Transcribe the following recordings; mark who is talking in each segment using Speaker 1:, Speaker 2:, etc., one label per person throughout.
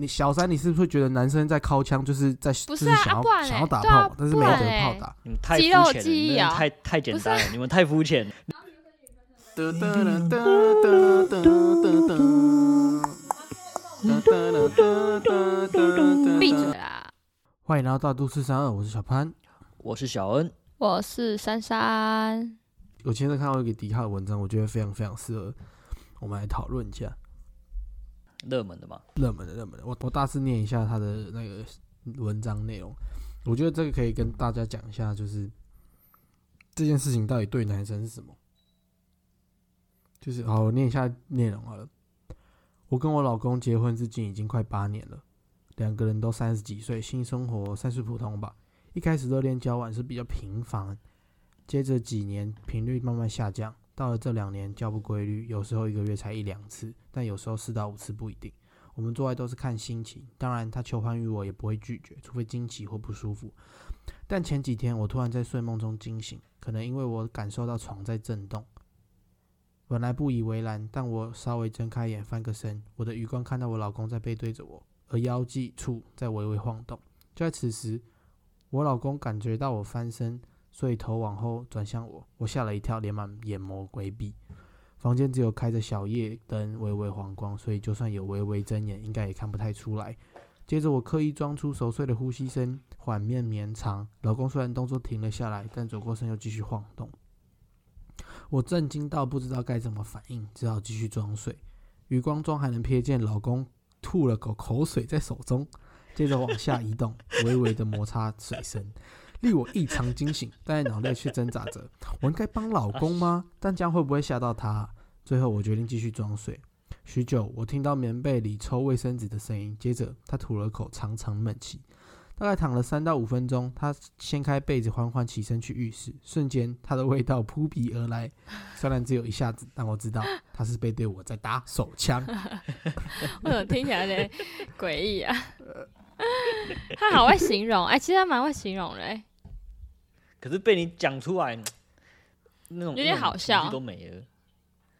Speaker 1: 你小三，你是不是会觉得男生在掏枪就是在
Speaker 2: 不
Speaker 1: 就是是
Speaker 2: 啊
Speaker 1: 想
Speaker 2: 啊
Speaker 1: 要
Speaker 2: 不然嘞
Speaker 1: 想要打
Speaker 2: 对啊
Speaker 1: 炮，但是
Speaker 2: 不
Speaker 1: 没
Speaker 2: 然
Speaker 1: 得
Speaker 2: 嘞
Speaker 1: 炮打？
Speaker 3: 你们太肤
Speaker 2: 肌
Speaker 3: 浅了
Speaker 2: 肉，
Speaker 3: 你
Speaker 2: 记忆
Speaker 3: 们
Speaker 2: 啊
Speaker 3: 太太简单了，你们太肤浅了。
Speaker 1: 哒哒哒哒哒哒哒哒哒哒
Speaker 2: 闭嘴啊啦！
Speaker 1: 欢迎来到大都市三二，我是小潘。
Speaker 3: 我是小恩，
Speaker 2: 我是珊珊，
Speaker 1: 我今天看到一个迪卡的文章，我觉得非常非常适合，我们来讨论一下
Speaker 3: 热门的嘛，
Speaker 1: 热门的热门的。我我大致念一下他的那个文章内容，我觉得这个可以跟大家讲一下，就是这件事情到底对男生是什么？就是好，我念一下内容好了。我跟我老公结婚至今已经快八年了，两个人都三十几岁，新生活算是普通吧。一开始热恋交往是比较频繁，接着几年频率慢慢下降，到了这两年较不规律，有时候一个月才一两次，但有时候四到五次不一定。我们做爱都是看心情，当然他求欢于我也不会拒绝，除非惊奇或不舒服。但前几天我突然在睡梦中惊醒，可能因为我感受到床在震动。本来不以为然，但我稍微睁开眼翻个身，我的余光看到我老公在背对着我，而腰际处在微微晃动。就在此时，我老公感觉到我翻身，所以头往后转向我，我吓了一跳，连忙眼眸回避。房间只有开着小夜灯，微微黄光，所以就算有微微睁眼，应该也看不太出来。接着我刻意装出熟睡的呼吸声，缓慢绵长。老公虽然动作停了下来，但转过身又继续晃动。我震惊到不知道该怎么反应，只好继续装睡。余光中还能瞥见老公吐了口口水在手中，接着往下移动，微微的摩擦水声，令我异常惊醒，但在脑内却挣扎着：我应该帮老公吗？但这样会不会吓到他啊？最后我决定继续装睡。许久，我听到棉被里抽卫生纸的声音，接着他吐了口长长闷气。大概躺了三到五分钟，他掀开被子，缓缓起身去浴室。瞬间，他的味道扑鼻而来，虽然只有一下子，但我知道他是背对我在打手枪。
Speaker 2: 为什么听起来有 点诡异 啊？他好会形容，哎、其实他蛮会形容的、哎
Speaker 3: 可是被你讲出来，那种
Speaker 2: 有点好笑
Speaker 3: 那种情绪都没了。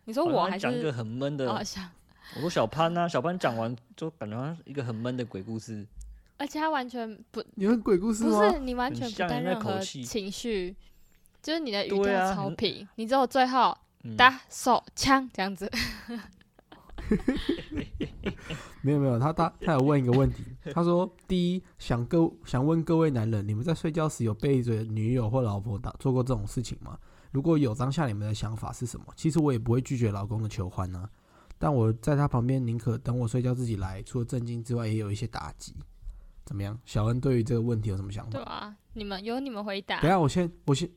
Speaker 2: 你说我
Speaker 3: 好像
Speaker 2: 还
Speaker 3: 哦讲一个
Speaker 2: 是哦
Speaker 3: 很闷的
Speaker 2: 好，好笑，
Speaker 3: 我说小潘啊，小潘讲完就感觉好像一个很闷的鬼故事，
Speaker 2: 而且他完全不
Speaker 1: 你们鬼故事
Speaker 2: 不
Speaker 1: 吗？
Speaker 2: 是你完全
Speaker 3: 很
Speaker 2: 不
Speaker 3: 像
Speaker 2: 带
Speaker 3: 你那
Speaker 2: 任
Speaker 3: 口
Speaker 2: 何
Speaker 3: 气
Speaker 2: 情绪，就是你的语
Speaker 3: 对啊
Speaker 2: 调超
Speaker 3: 很
Speaker 2: 平，你只有最后
Speaker 3: 嗯
Speaker 2: 打手枪这样子。
Speaker 1: 没有没有，他他他有问一个问题，他说：第一，想各想问各位男人，你们在睡觉时有背着女友或老婆打做过这种事情吗？如果有，当下你们的想法是什么？其实我也不会拒绝老公的求欢啊，但我在他旁边，宁可等我睡觉自己来，除了震惊之外，也有一些打击。怎么样？小恩对于这个问题有什么想法
Speaker 2: 对？啊，你们由你们回答
Speaker 1: 等一。下我先我先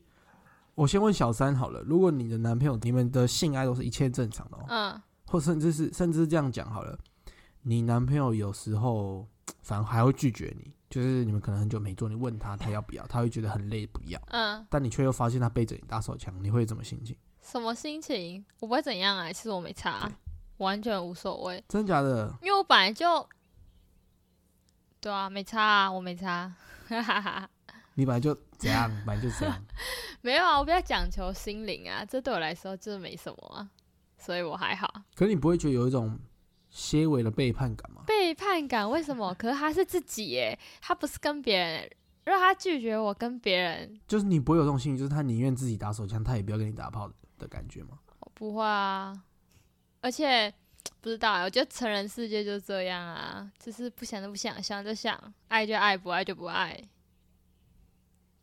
Speaker 1: 我先问小三好了，如果你的男朋友你们的性爱都是一切正常的、哦，
Speaker 2: 嗯，
Speaker 1: 或甚至是甚至这样讲好了，你男朋友有时候反而还会拒绝你，就是你们可能很久没做，你问他他要不要，他会觉得很累不要，
Speaker 2: 嗯，
Speaker 1: 但你却又发现他背着你打手枪，你会怎么心情？
Speaker 2: 什么心情？我不会怎样啊，其实我没差啊、我完全无所谓，
Speaker 1: 真假的？
Speaker 2: 因为我本来就，对啊，没差啊， 我没差，哈哈哈。
Speaker 1: 你本来就怎样，本来就这样。
Speaker 2: 没有啊，我比较讲求心灵啊，这对我来说就是没什么啊，所以我还好。
Speaker 1: 可是你不会觉得有一种些微的背叛感吗？
Speaker 2: 背叛感为什么？可是他是自己耶，他不是跟别人。如果他拒绝我跟别人，
Speaker 1: 就是你不会有这种心情，就是他宁愿自己打手枪，他也不要跟你打炮的的感觉吗？
Speaker 2: 我不会啊。而且不知道啊，我觉得成人世界就是这样啊，就是不想就不想，想就想，爱就爱，不爱就不爱，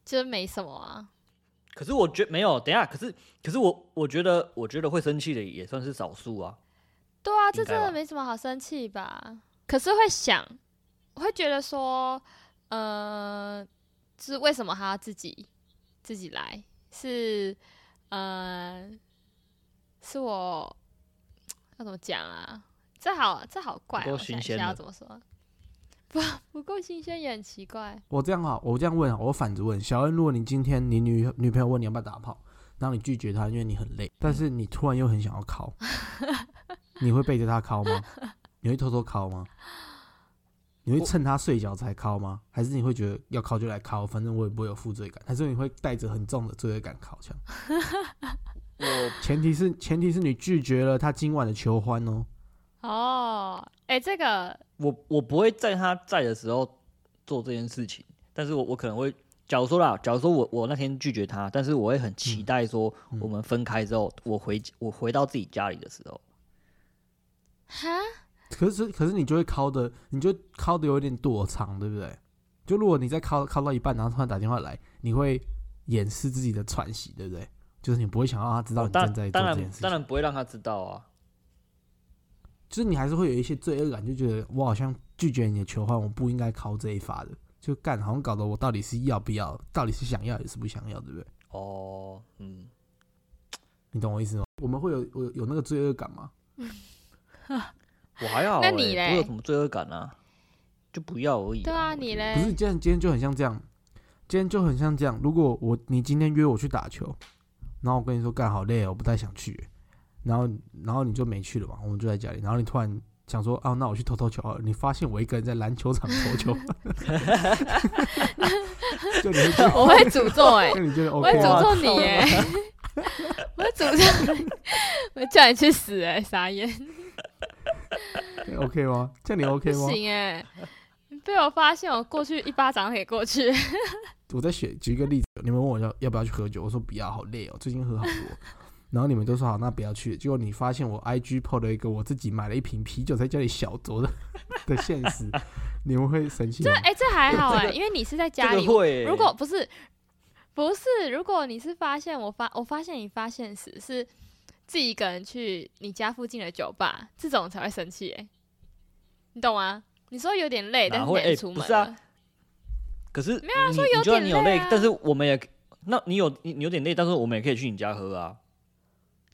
Speaker 2: 就是没什么啊。
Speaker 3: 可是我觉没有，等一下，可是可是我我觉得我觉得会生气的也算是少数啊。
Speaker 2: 对啊，这
Speaker 3: 应该
Speaker 2: 真的
Speaker 3: 吧
Speaker 2: 没什么好生气吧？可是会想，会觉得说，呃，就是为什么他要自己自己来？是，呃，是我要怎么讲啊？这好，这好怪、
Speaker 3: 不
Speaker 2: 哦，
Speaker 3: 够
Speaker 2: 我想
Speaker 3: 新
Speaker 2: 一
Speaker 3: 鲜
Speaker 2: 下要
Speaker 3: 了
Speaker 2: 怎么说？不， 不够新鲜也很奇怪。
Speaker 1: 我这样好，我这样问好，我反着问小恩，如果你今天你女女朋友问你要不要打炮，然后你拒绝她，因为你很累，但是你突然又很想要敲，你会背着她敲吗？你会偷偷敲吗？你会
Speaker 3: 我
Speaker 1: 趁她睡觉才敲吗？还是你会觉得要敲就来敲，反正我也不会有负罪感？还是你会带着很重的罪恶感敲墙？
Speaker 3: 我
Speaker 1: 前提是前提是你拒绝了她今晚的求欢哦。
Speaker 2: 哦，哎、哎、这个
Speaker 3: 我我不会在他在的时候做这件事情，但是我我可能会，假如说啦，假如说我我那天拒绝他，但是我会很
Speaker 1: 嗯
Speaker 3: 期待说我们分开之后，我回我回到自己家里的时候，
Speaker 2: 哈，
Speaker 1: 可是可是你就会敲的，你就敲的有点躲藏，对不对？就如果你在敲敲到一半，然后突然打电话来，你会掩饰自己的喘息，对不对？就是你不会想让他知道
Speaker 3: 哦
Speaker 1: 你
Speaker 3: 当
Speaker 1: 正在做
Speaker 3: 当
Speaker 1: 这件
Speaker 3: 然
Speaker 1: 事情，
Speaker 3: 当然不会让他知道啊。
Speaker 1: 就是你还是会有一些罪恶感，就觉得我好像拒绝你的求欢，我不应该敲这一发的，就干好像搞得我到底是要不要，到底是想要也是不想要，对不对？
Speaker 3: 哦，嗯，
Speaker 1: 你懂我意思吗？我们会有有有那个罪恶感吗？
Speaker 3: 我还好、欸，
Speaker 2: 那你嘞
Speaker 3: 我有什么罪恶感啊？就不要而已、
Speaker 2: 对啊，
Speaker 3: 我
Speaker 2: 你
Speaker 3: 觉得
Speaker 1: 不是，
Speaker 2: 嘞，
Speaker 1: 今天今天就很像这样，今天就很像这样。如果我你今天约我去打球，然后我跟你说干好累哦，我不太想去，然后然后你就没去了嘛，我们就在家里，然后你突然想说啊，那我去投投球好了，你发现我一个人在篮球场投 球，就你会觉得
Speaker 2: 我会诅 咒哎、
Speaker 1: 就你觉得
Speaker 2: 我会
Speaker 1: OK
Speaker 2: 诅
Speaker 1: 吗？
Speaker 2: 咒你哎、我会诅咒你，我叫你去死哎、傻眼，
Speaker 1: 对 OK 吗？这样你 OK
Speaker 2: 不
Speaker 1: 吗？
Speaker 2: 行哎、你被我发现，我过去一巴掌给过去。
Speaker 1: 我再选举一个例子，你们问我要要不要去喝酒，我说不要，好累哦，最近喝 好多。然后你们都说好，那不要去。结果你发现我 IG PO 了一个我自己买了一瓶啤酒在家里小酌的 的现实，你们会生气吗？
Speaker 2: 哎、这还好哎、因为你是在家里
Speaker 3: 这个会欸、
Speaker 2: 如果不是不是，如果你是发现我发我发现你发现时是自己一个人去你家附近的酒吧，这种才会生气哎、你懂吗？你说有点累，
Speaker 3: 哪
Speaker 2: 但是
Speaker 3: 会
Speaker 2: 你
Speaker 3: 欸
Speaker 2: 也出
Speaker 3: 不
Speaker 2: 门
Speaker 3: 是
Speaker 2: 了、
Speaker 3: 啊可是没有
Speaker 2: 说有
Speaker 3: 你就算
Speaker 2: 点
Speaker 3: 你有
Speaker 2: 累
Speaker 3: 累
Speaker 2: 啊，
Speaker 3: 但是我们也可，那你有你你有点累，但是我们也可以去你家喝啊。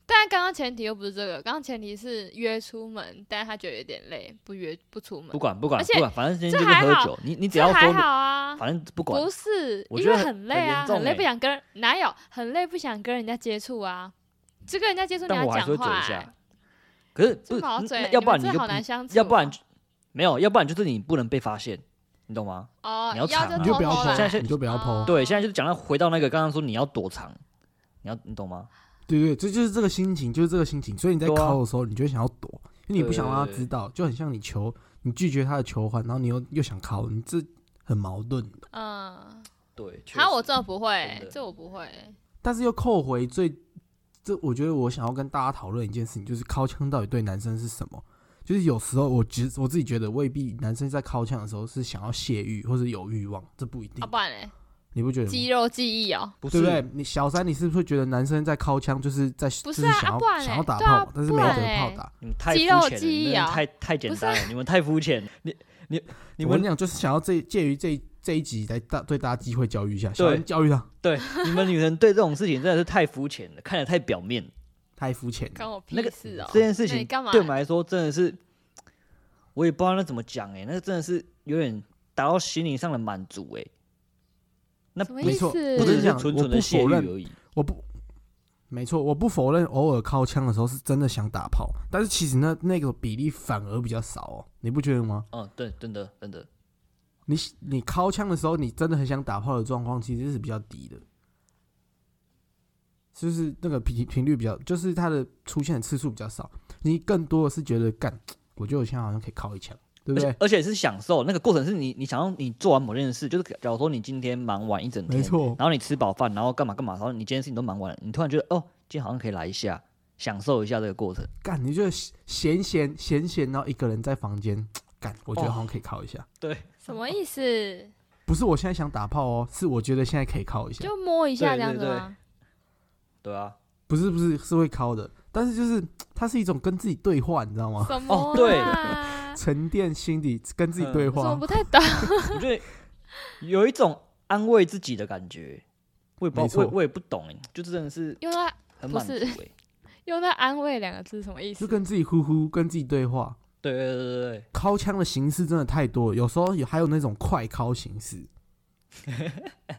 Speaker 2: 但刚刚前提又不是这个，刚刚前提是约出门，但是他觉得有点累，不约不出门
Speaker 3: 不，管不管
Speaker 2: 而且
Speaker 3: 不管，反正今天
Speaker 2: 这
Speaker 3: 就是
Speaker 2: 还
Speaker 3: 喝
Speaker 2: 好
Speaker 3: 酒，你你只
Speaker 2: 这
Speaker 3: 要
Speaker 2: 还
Speaker 3: 说，
Speaker 2: 好啊。
Speaker 3: 反正不管
Speaker 2: 不是，
Speaker 3: 我
Speaker 2: 因
Speaker 3: 觉
Speaker 2: 为
Speaker 3: 得很
Speaker 2: 很累啊，
Speaker 3: 很严重
Speaker 2: 很累，
Speaker 3: 欸
Speaker 2: 不想跟人哪有很累，不想跟人家接触啊。这跟人家接触你
Speaker 3: 但
Speaker 2: 要
Speaker 3: 我还
Speaker 2: 讲
Speaker 3: 是会嘴
Speaker 2: 话、
Speaker 3: 一
Speaker 2: 欸
Speaker 3: 下，。可是不
Speaker 2: 这
Speaker 3: 是，
Speaker 2: 毛嘴
Speaker 3: 那，
Speaker 2: 你
Speaker 3: 要不
Speaker 2: 们
Speaker 3: 然
Speaker 2: 真
Speaker 3: 你
Speaker 2: 的
Speaker 3: 就
Speaker 2: 好
Speaker 3: 不
Speaker 2: 难相处哦，
Speaker 3: 要不然就没有，要不然就是你不能被发现，你懂吗？
Speaker 2: 哦，
Speaker 3: 你要
Speaker 2: 要
Speaker 3: 藏啊
Speaker 1: 你就不要
Speaker 2: 偷偷
Speaker 3: 现在
Speaker 2: 来
Speaker 3: 是
Speaker 1: PO，你就不要 PO。
Speaker 2: 哦
Speaker 3: 对，现在就是讲到回到那个刚刚说你要躲藏，你要你懂吗？
Speaker 1: 对对，这就是这个心情，就是这个心情。所以你在
Speaker 3: 对啊
Speaker 1: 考的时候，你就会想要躲，因为你不想让他
Speaker 3: 对
Speaker 1: 知道，就很像你求你拒绝他的求欢，然后你又又想考，你这很矛盾，
Speaker 2: 嗯，
Speaker 3: 对，确
Speaker 2: 好，
Speaker 3: 实
Speaker 2: 我真的不
Speaker 3: 真
Speaker 2: 会
Speaker 3: 的，
Speaker 2: 这我不会。
Speaker 1: 但是又扣回最，这我觉得我想要跟大家讨论一件事情，就是靠枪到底对男生是什么？就是有时候我觉我自己觉得未必男生在靠枪的时候是想要泄欲或者有欲望，这不一定
Speaker 2: 啊，，不然嘞，
Speaker 1: 你不觉得吗？
Speaker 2: 肌肉记忆哦，
Speaker 3: 不
Speaker 1: 对
Speaker 3: 是
Speaker 1: 不对？你小三，你是不是会觉得男生在靠枪就是在
Speaker 2: 不
Speaker 1: 就是
Speaker 2: 是啊
Speaker 1: 想要
Speaker 2: 啊不然嘞
Speaker 1: 想要打
Speaker 2: 对啊
Speaker 1: 炮嘛，但是
Speaker 2: 不
Speaker 1: 没有
Speaker 2: 然
Speaker 1: 得
Speaker 2: 嘞
Speaker 1: 炮打？
Speaker 3: 你们太肤
Speaker 2: 肌
Speaker 3: 浅
Speaker 2: 肉
Speaker 3: 了，
Speaker 2: 记
Speaker 3: 你
Speaker 2: 忆
Speaker 3: 们
Speaker 2: 啊
Speaker 3: 太太简
Speaker 2: 不是
Speaker 3: 单了，你们太肤浅，你你你
Speaker 1: 我跟
Speaker 3: 们
Speaker 1: 你讲，就是想要这介于这这一集来大对大家机会教育一下，小
Speaker 3: 对
Speaker 1: 人教育他
Speaker 3: 对你们女人对这种事情真的是太肤浅了，看得太表面了。
Speaker 1: 太肤浅了。
Speaker 2: 关我屁
Speaker 3: 那个
Speaker 2: 事哦。
Speaker 3: 这件事
Speaker 2: 那你
Speaker 3: 情
Speaker 2: 干嘛
Speaker 3: 对我们来说真的是，我也不知道那怎么讲哎、那个真的是有点达到心灵上的满足哎、那
Speaker 2: 什么
Speaker 1: 没
Speaker 2: 意
Speaker 3: 不
Speaker 1: 错
Speaker 2: 思？
Speaker 1: 我只
Speaker 3: 只
Speaker 1: 是
Speaker 3: 是
Speaker 1: 想
Speaker 3: 纯
Speaker 1: 我
Speaker 3: 纯
Speaker 1: 不
Speaker 3: 的泄
Speaker 1: 否
Speaker 3: 欲啊
Speaker 1: 认
Speaker 3: 而已。
Speaker 1: 我不，没错，我不否认偶尔靠枪的时候是真的想打炮，但是其实那那个比例反而比较少哦，你不觉得吗？
Speaker 3: 嗯，对，真的真的，
Speaker 1: 你你靠枪的时候，你真的很想打炮的状况其实是比较低的，就是那个频频率比较，就是它的出现的次数比较少，你更多的是觉得干，我觉得我现在好像可以靠一枪，对不
Speaker 3: 而
Speaker 1: 对
Speaker 3: 且？而且是享受那个过程，是你你想要你做完某件事，就是假如说你今天忙完一整
Speaker 1: 没
Speaker 3: 天，
Speaker 1: 错，
Speaker 3: 然后你吃饱饭，然后干嘛干嘛，然后你今天事情都忙完了，你突然觉得哦，今天好像可以来一下，享受一下这个过程。
Speaker 1: 干，你就闲闲闲闲，然后一个人在房间，干，我觉得
Speaker 3: 哦
Speaker 1: 好像可以靠一下。
Speaker 3: 对，
Speaker 2: 什么意思？
Speaker 1: 不是我现在想打炮哦，是我觉得现在可以靠一下。
Speaker 2: 就摸一下
Speaker 3: 对
Speaker 2: 这样子
Speaker 3: 对对
Speaker 2: 吗？
Speaker 3: 对啊，
Speaker 1: 不是不是是会靠的，但是就是它是一种跟自己对话，你知道 吗？
Speaker 2: 什么啊？
Speaker 3: 哦对
Speaker 1: 沉淀心底，跟自己对
Speaker 2: 怎么
Speaker 1: 话。
Speaker 2: 不太懂？
Speaker 3: 我觉得有一种安慰自己的感觉，我也不
Speaker 1: 没
Speaker 3: 知道，我
Speaker 1: 错
Speaker 3: 也我也不懂哎、就是真的是
Speaker 2: 用到
Speaker 3: 很
Speaker 2: 不
Speaker 3: 满足哎、
Speaker 2: 是用到“安慰”两个字什么意
Speaker 1: 就
Speaker 2: 思？
Speaker 1: 跟自己呼呼，跟自己对话。
Speaker 3: 对对对对对，
Speaker 1: 敲枪的形式真的太多了，有时候有还有那种快敲形 式，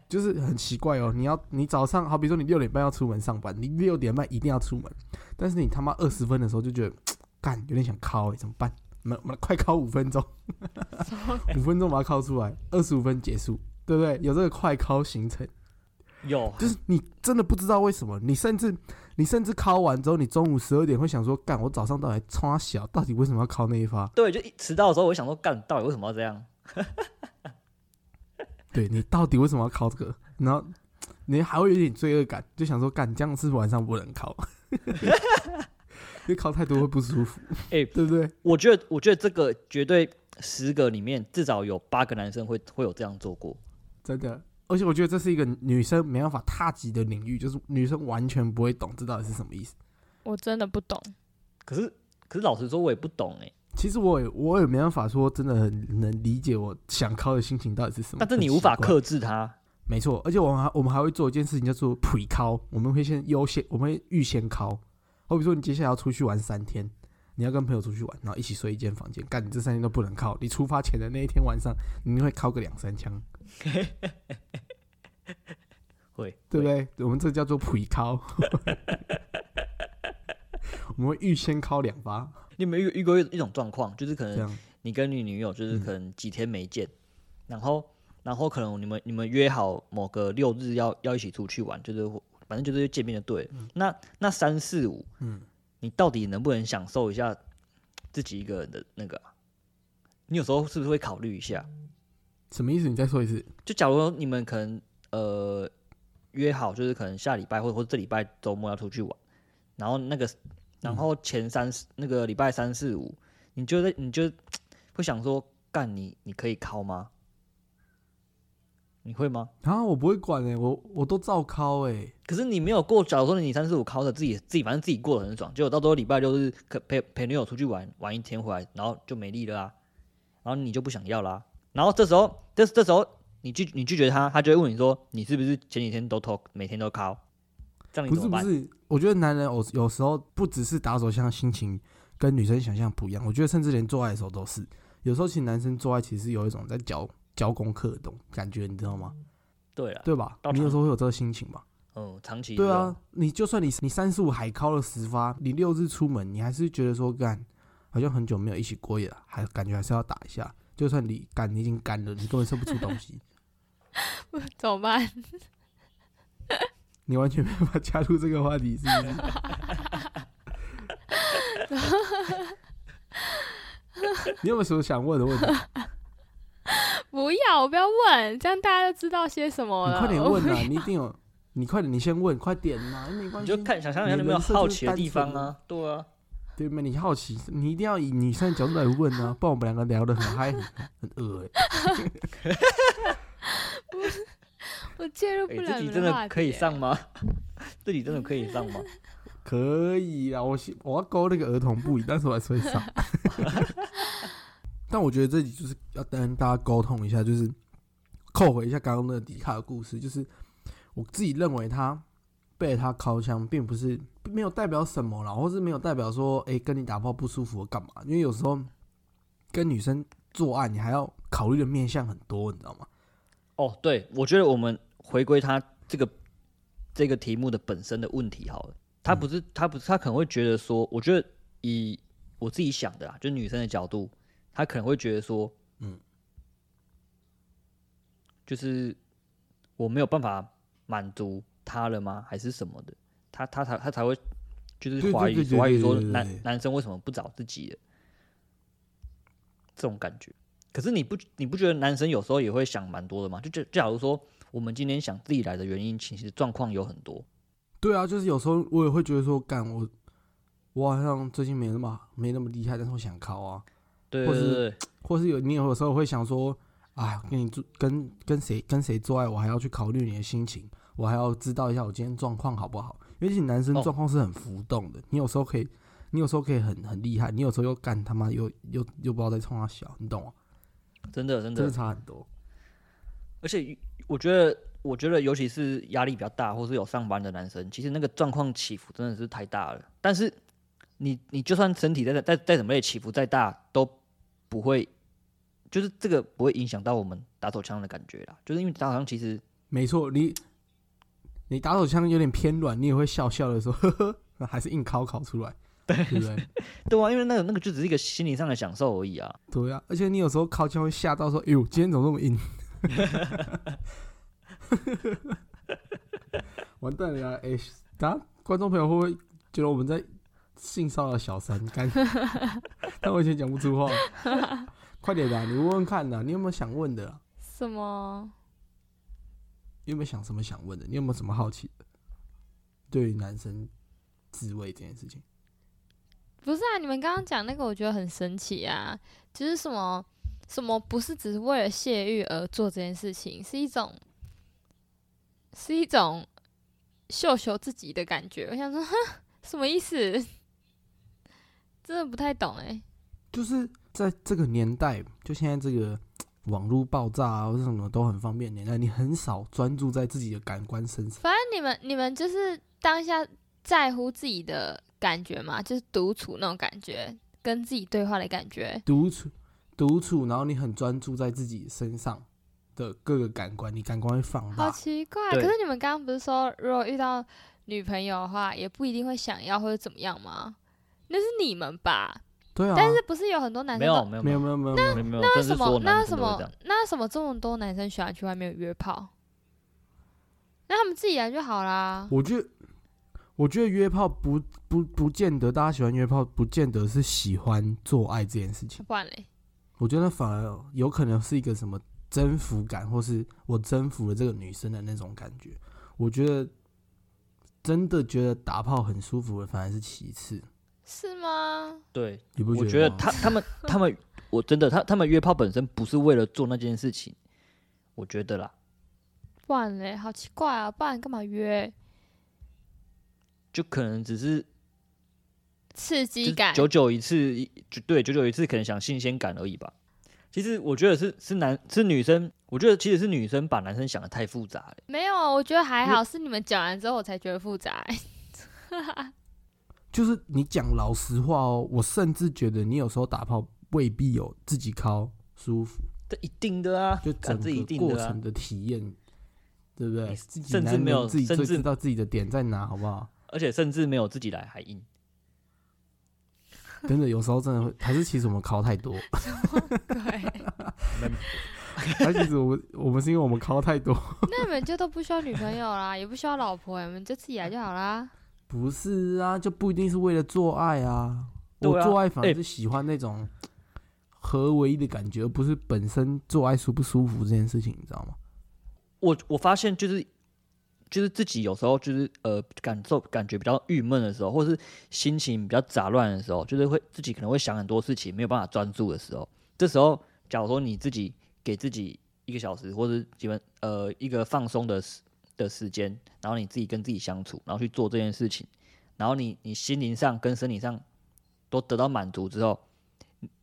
Speaker 1: 就是很奇怪哦。你要你早上好比说你六点半要出门上班，你六点半一定要出门，但是你他妈二十分的时候就觉得干有点想敲、欸，怎么办？我们我们快敲五分钟，
Speaker 2: 什么
Speaker 1: 五分钟把它敲出来，二十五分结束，对不对？有这个快敲行程，
Speaker 3: 有
Speaker 1: 就是你真的不知道为什么，你甚至你甚至考完之后，你中午十二点会想说，干，我早上到底冲他小，到底为什么要考那一发？
Speaker 3: 对，就一迟到的时候，我想说，干，到底为什么要这样？
Speaker 1: 对你到底为什么要考这个？ 然后你还会有点罪恶感，就想说，干，这样是不是晚上不能考， 因为考太多会不舒服，
Speaker 3: 哎
Speaker 1: 对不对？
Speaker 3: 我觉得，我觉得这个绝对十个里面至少有八个男生会会有这样做过。
Speaker 1: 真的。而且我觉得这是一个女生没办法踏及的领域，就是女生完全不会懂这到底是什么意思。
Speaker 2: 我真的不懂。
Speaker 3: 可是，可是老实说，我也不懂哎、
Speaker 1: 其实我也我也没办法说真的很能理解我想考的心情到底是什么，
Speaker 3: 但是你
Speaker 1: 很
Speaker 3: 无法
Speaker 1: 奇怪
Speaker 3: 克制它。
Speaker 1: 没错，而且我们还我们还会做一件事情叫做 pre 考，我们会先优先，我们会预先考。好比说你接下来要出去玩三天，你要跟朋友出去玩，然后一起睡一间房间，干你这三天都不能考。你出发前的那一天晚上，你会考个两三枪，
Speaker 3: 会，
Speaker 1: 对不
Speaker 3: 会？
Speaker 1: 对？我们这叫做 pre 考，我们会预先考两发，
Speaker 3: 你有没有遇遇过一一种状况，就是可
Speaker 1: 这
Speaker 3: 能
Speaker 1: 样
Speaker 3: 你跟你女友就是
Speaker 1: 嗯
Speaker 3: 可能几天没见，然后然后可能你们你们约好某个六日要要一起出去玩，就是反正就是见面就对了。那那三四五，
Speaker 1: 嗯
Speaker 3: 你到底能不能享受一下自己一个人的那个啊？你有时候是不是会考虑一下？
Speaker 1: 什么意思？你再说一次。
Speaker 3: 就假如你们可能呃约好，就是可能下礼拜或或者这礼拜周末要出去玩，然后那个然后前三四、那个礼拜三四五，你就在你就会想说，干你你可以考吗？你会吗？
Speaker 1: 啊，我不会管哎、我我都照考哎、
Speaker 3: 可是你没有过，假如说你三四五考的自己自己，反正自己过得很爽，结果到最后礼拜六日可陪陪女友出去玩玩一天回来，然后就没力了啊，然后你就不想要啦、然后这时候这这时候你拒你拒绝他，他就会问你说你是不是前几天都偷每天都考，这样你
Speaker 1: 不
Speaker 3: 怎
Speaker 1: 是
Speaker 3: 么
Speaker 1: 不
Speaker 3: 办？
Speaker 1: 是，我觉得男人有有时候不只是打手枪的心情跟女生想象不一样，我觉得甚至连做爱的时候都是。有时候其实男生做爱其实有一种在教教功课的东感觉，你知道吗？
Speaker 3: 对了，
Speaker 1: 对吧
Speaker 3: 到？
Speaker 1: 你有
Speaker 3: 场
Speaker 1: 时候会有这个心情吧？
Speaker 3: 嗯，长期
Speaker 1: 对
Speaker 3: 这
Speaker 1: 啊
Speaker 3: 种，，
Speaker 1: 你就算你你三十五还敲了十发，你六日出门，你还是觉得说干，好像很久没有一起过夜了，还感觉还是要打一下。就算你干，你已经干了，你根本射不出东西，
Speaker 2: 怎么办？
Speaker 1: 你完全没办法加入这个话题，是不是？你有没有什么想问的问题？
Speaker 2: 不要，我不要问，这样大家就知道些什么
Speaker 1: 你
Speaker 2: 了。
Speaker 1: 快点问
Speaker 2: 我
Speaker 1: 啊！你一定有，你快点，你先问，快点呐、没关
Speaker 3: 你
Speaker 1: 系
Speaker 3: 就。看想象一下
Speaker 1: 你
Speaker 3: 有没有
Speaker 1: 人设就
Speaker 3: 好
Speaker 1: 是
Speaker 3: 奇的
Speaker 1: 单
Speaker 3: 地方
Speaker 1: 纯
Speaker 3: 啊，对啊，
Speaker 1: 对没？你好奇，你一定要以女生的角度来问啊，不然我们两个聊得很嗨，很很恶、欸。
Speaker 2: 我介入
Speaker 3: 哎、
Speaker 2: 不了
Speaker 3: 这
Speaker 2: 你
Speaker 3: 集
Speaker 2: 们
Speaker 3: 真
Speaker 2: 话
Speaker 3: 的
Speaker 2: 题
Speaker 3: 可以
Speaker 2: 欸
Speaker 3: 上吗？ 这集真的可以上吗？
Speaker 1: 可以啊啦，我希我要勾那个儿童不宜，但是我还是会上。 但我觉得这集就是要跟大家沟通一下，就是扣回一下刚刚那个迪卡的故事，就是我自己认为他被他敲枪，并不是没有代表什么啦，或是没有代表说，哎、跟你打炮不舒服干嘛？因为有时候跟女生做爱，你还要考虑的面向很多，你知道吗？
Speaker 3: 哦，对，我觉得我们回归他这个这个题目的本身的问题好了。他
Speaker 1: 嗯
Speaker 3: 不是他不是他可能会觉得说，我觉得以我自己想的啊，就女生的角度，她可能会觉得说，
Speaker 1: 嗯
Speaker 3: 嗯，就是我没有办法满足他了吗？还是什么的？他他才他才会就
Speaker 1: 对
Speaker 3: 是
Speaker 1: 对
Speaker 3: 怀
Speaker 1: 对
Speaker 3: 疑
Speaker 1: 对
Speaker 3: 怀疑
Speaker 1: 对
Speaker 3: 说
Speaker 1: 对对
Speaker 3: 男
Speaker 1: 对
Speaker 3: 男生为什么不找自己的这种感觉。可是你不你不觉得男生有时候也会想蛮多的吗？就就就假如说我们今天想自己来的原因，其实状况有很多。
Speaker 1: 对啊，就是有时候我也会觉得说，干我我好像最近没那么没那么厉害，但是我想考啊。
Speaker 3: 对
Speaker 1: 或
Speaker 3: 对
Speaker 1: 是
Speaker 3: 对，
Speaker 1: 或是有你有时候会想说，哎，跟你做跟跟谁跟谁做爱，我还要去考虑你的心情，我还要知道一下我今天状况好不好。尤其男生
Speaker 3: 哦
Speaker 1: 状况是很浮动的，你有时候可以，你有时候可以很很厉害，你有时候又干他妈又又又不知道在冲他小，你懂吗？
Speaker 3: 真的真
Speaker 1: 真的
Speaker 3: 的，
Speaker 1: 差很多。
Speaker 3: 而且我觉得我觉得尤其是压力比较大，或是有上班的男生，其实那个状况起伏真的是太大了。但是你你就算身体再再再怎么累，起伏再大都不会，就是这个不会影响到我们打手枪的感觉啦。就是因为打手枪其实
Speaker 1: 没错，你你打手枪有点偏软，你也会笑笑的说，呵呵，那 还是硬考考出来，对不对？
Speaker 3: 对啊，因为那个那个就只是一个心理上的享受而已啊。
Speaker 1: 对啊，而且你有时候靠枪会吓到说：“哎呦，今天怎么那么硬？”完蛋了呀！哎、大家观众朋友会不会觉得我们在性骚扰小三？干，但我以前讲不出话，快点啦，你问问看啦，你有没有想问的啊？
Speaker 2: 什么？
Speaker 1: 你有没有想什么想问的？你有没有什么好奇的？对于男生自慰这件事情，
Speaker 2: 不是啊，你们刚刚讲那个，我觉得很神奇啊，就是什么什么不是只是为了泄欲而做这件事情，是一种是一种秀秀自己的感觉。我想说，哼， 什么意思？真的不太懂哎、
Speaker 1: 就是在这个年代，就现在这个网络爆炸啊，或者什么都很方便的年代，你很少专注在自己的感官身上。
Speaker 2: 反正你们你们就是当下在乎自己的感觉嘛，就是独处那种感觉，跟自己对话的感觉。
Speaker 1: 独处，独处，然后你很专注在自己身上的各个感官，你感官会放
Speaker 2: 好
Speaker 1: 大。
Speaker 2: 奇怪，啊可
Speaker 3: 对
Speaker 2: 是你们刚刚不是说，如果遇到女朋友的话，也不一定会想要或者怎么样吗？那是你们吧？
Speaker 1: 对啊，
Speaker 2: 但是不是有很多男
Speaker 3: 没
Speaker 2: 生
Speaker 3: 有
Speaker 2: 都？
Speaker 3: 没
Speaker 1: 没
Speaker 3: 有没
Speaker 1: 有
Speaker 3: 有
Speaker 1: 没有没有没
Speaker 3: 没
Speaker 1: 有
Speaker 3: 有没有，真
Speaker 2: 什
Speaker 3: 是所有
Speaker 2: 么？
Speaker 3: 男
Speaker 2: 那
Speaker 3: 生
Speaker 2: 什
Speaker 3: 都会这
Speaker 2: 么
Speaker 3: 样。？
Speaker 2: 那什么？这么多男生喜欢去外面约炮，那他们自己来就好啦。
Speaker 1: 我觉得，我觉得约炮不不不见得大家喜欢约炮，不见得是喜欢做爱这件事情。
Speaker 2: 不然嘞，
Speaker 1: 我觉得反而有可能是一个什么征服感，或是我征服了这个女生的那种感觉。我觉得真的觉得打炮很舒服的，反而是其次。
Speaker 2: 是吗？
Speaker 3: 对，
Speaker 1: 你不
Speaker 3: 我
Speaker 1: 觉
Speaker 3: 觉
Speaker 1: 得
Speaker 3: 得
Speaker 1: 吗
Speaker 3: 他他们他们，我真的他他们约炮本身不是为了做那件事情，我觉得啦，
Speaker 2: 不然嘞，好奇怪啊！不然干嘛约？
Speaker 3: 就可能只是
Speaker 2: 刺
Speaker 3: 就
Speaker 2: 激
Speaker 3: 是
Speaker 2: 感，
Speaker 3: 久久一次，一就对，久久一次可能想新鲜感而已吧。其实我觉得是是男是女生，我觉得其实是女生把男生想的太复杂了。
Speaker 2: 没有，我觉得还好，是你们讲完之后我才觉得 复杂、
Speaker 1: 就是你讲老实话哦，我甚至觉得你有时候打炮未必有自己靠舒服，
Speaker 3: 这一定的啊，
Speaker 1: 就
Speaker 3: 干
Speaker 1: 整
Speaker 3: 这一
Speaker 1: 个
Speaker 3: 定
Speaker 1: 过
Speaker 3: 的啊
Speaker 1: 程，的体验，对不对
Speaker 3: 你？
Speaker 1: 自己
Speaker 3: 甚至
Speaker 1: 男人
Speaker 3: 没有
Speaker 1: 自己最
Speaker 3: 甚至
Speaker 1: 知道自己的点在哪，好不好？
Speaker 3: 而且甚至没有自己来还硬。
Speaker 1: 真的有时候真的会，还是其实我们考太多，
Speaker 2: 对，
Speaker 1: 还是其实我们我们是因为我们考太多，
Speaker 2: 那你们就都不需要女朋友啦，也不需要老婆，你们就自己来就好啦。
Speaker 1: 不是啊，就不一定是为了做爱啊。
Speaker 3: 对啊
Speaker 1: 我做爱反而
Speaker 3: 哎
Speaker 1: 是喜欢那种合为一的感觉，而不是本身做爱舒不舒服这件事情，你知道吗？
Speaker 3: 我我发现就是就是自己有时候就是呃感受感觉比较郁闷的时候，或是心情比较杂乱的时候，就是会自己可能会想很多事情，没有办法专注的时候，这时候假如说你自己给自己一个小时或者几分呃一个放松的时的时间，然后你自己跟自己相处，然后去做这件事情，然后你你心灵上跟身体上都得到满足之后。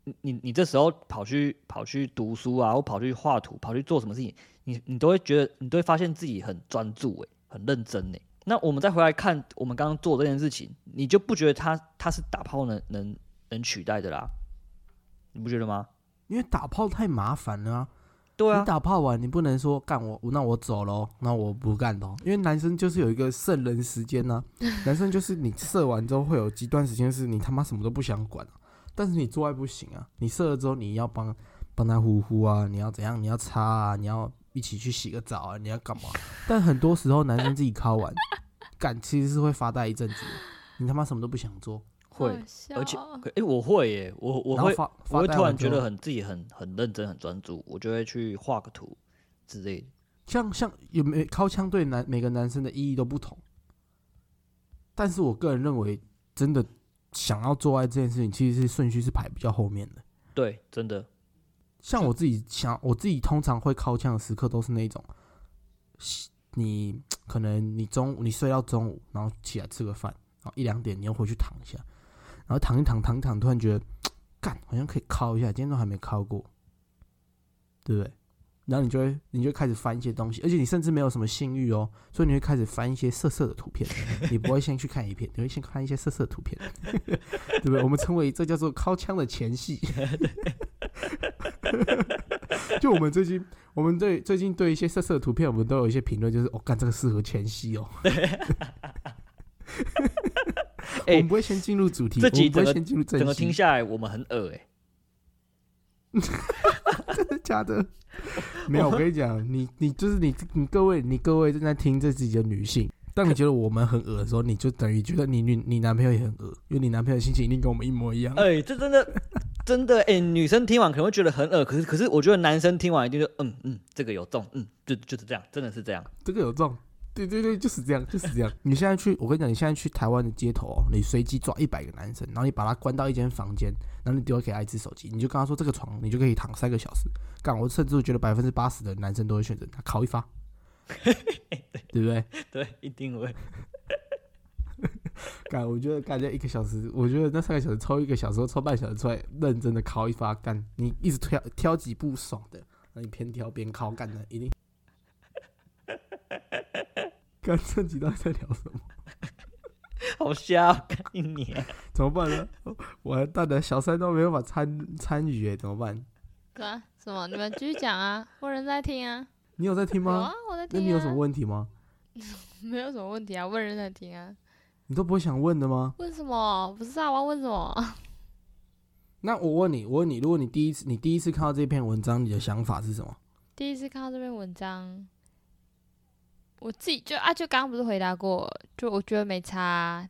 Speaker 3: 你你你这时候跑去跑去读书啊，或跑去画图，跑去做什么事情，你你都会觉得，你都会发现自己很专注、欸，很认真、欸，那我们再回来看我们刚刚做这件事情，你就不觉得它它是打炮能能能取代的啦？你不觉得吗？
Speaker 1: 因为打炮太麻烦了啊。
Speaker 3: 对
Speaker 1: 你，打炮完，你不能说干我，那我走喽，那我不干喽，因为男生就是有一个射人时间呢、男生就是你射完之后会有极段时间是你他妈什么都不想管、啊，但是你做爱不行啊，你射了之后你要帮帮他呼呼啊，你要怎样，你要擦啊，你要一起去洗个澡啊，你要干嘛？但很多时候男生自己敲完，干其实是会发呆一阵子的，你他妈什么都不想做，
Speaker 3: 会
Speaker 2: 好笑
Speaker 3: 而且
Speaker 2: 哦
Speaker 3: 可哎、我会耶、我我
Speaker 1: 然后
Speaker 3: 会
Speaker 1: 发
Speaker 3: 我
Speaker 1: 发
Speaker 3: 会
Speaker 1: 呆
Speaker 3: 突
Speaker 1: 完
Speaker 3: 然
Speaker 1: 之
Speaker 3: 觉
Speaker 1: 后
Speaker 3: 得很自己很很认真很专注，我就会去画个图之类的。
Speaker 1: 像像有没靠枪对男每个男生的意义都不同，但是我个人认为，真的想要做爱这件事情，其实是顺序是排比较后面的。
Speaker 3: 对，真的，
Speaker 1: 像我自己想，我自己通常会靠枪的时刻都是那种，你可能你中午你睡到中午，然后起来吃个饭，然后一两点你又回去躺一下，然后躺一躺躺一躺，突然觉得干好像可以靠一下，今天都还没靠过，对不对？然后你就会你就会开始翻一些东西，而且你甚至没有什么性欲哦，所以你会开始翻一些色色的图片， 你不会先去看一片，你会先看一些色色的图片， 对不对？我们称为这叫做靠枪的前戏。 就我们最近，我们对最近对一些色色的图片，我们都有一些评论，就是哦，干这个适合前戏哦。 我
Speaker 3: 哎、
Speaker 1: 们不会先进入主题，
Speaker 3: 这
Speaker 1: 我
Speaker 3: 集
Speaker 1: 们不会
Speaker 3: 整个
Speaker 1: 先进入
Speaker 3: 整
Speaker 1: 正
Speaker 3: 个听
Speaker 1: 题，
Speaker 3: 下来我们很恶哎、
Speaker 1: 真的 假的？没有，我跟你讲，你你就是你你各位你各位正在听这集的女性，当你觉得我们很恶的时候，你就等于觉得你女你男朋友也很恶，因为你男朋友的心情一定跟我们一模一样。
Speaker 3: 哎、这真的真的哎、女生听完可能会觉得很恶，可是可是我觉得男生听完一定就嗯嗯，这个有中，嗯，就就是这样，真的是这样。
Speaker 1: 这个有中，对对对，就是这样，就是这样。你现在去，我跟你讲，你现在去台湾的街头、哦，你随机抓一百个男生，然后你把他关到一间房间，然后你丢给他一只手机，你就跟他说这个床你就可以躺三个小时。干，我甚至觉得百分之八十的男生都会选择他考一发，对不对？
Speaker 3: 对，一定会。
Speaker 1: 干，我觉得干这一个小时，我觉得那三个小时抽一个小时或抽半小时出来，认真的敲一发干，你一直挑挑几步爽的，那你边挑边敲干的，一定。干这几道在聊什么？
Speaker 3: 好瞎、哦，干一年。
Speaker 1: 怎么办呢？完蛋了，小三都没办法参参与哎，怎么办？
Speaker 2: 对啊，什么？你们继续讲 啊，我人在听啊。
Speaker 1: 你有在听
Speaker 2: 有
Speaker 1: 吗
Speaker 2: 啊？，我在听、
Speaker 1: 那
Speaker 2: 啊。
Speaker 1: 你有什么？问题吗？
Speaker 2: 没有什么问题啊，问人在听啊。
Speaker 1: 你都不会想问的吗？
Speaker 2: 问什么？不知道我要问什么。
Speaker 1: 那我问你，我问你，如果你第一次你第一次看到这篇文章，你的想法是什么？
Speaker 2: 第一次看到这篇文章，我自己就啊，就刚刚不是回答过，就我觉得没差啊。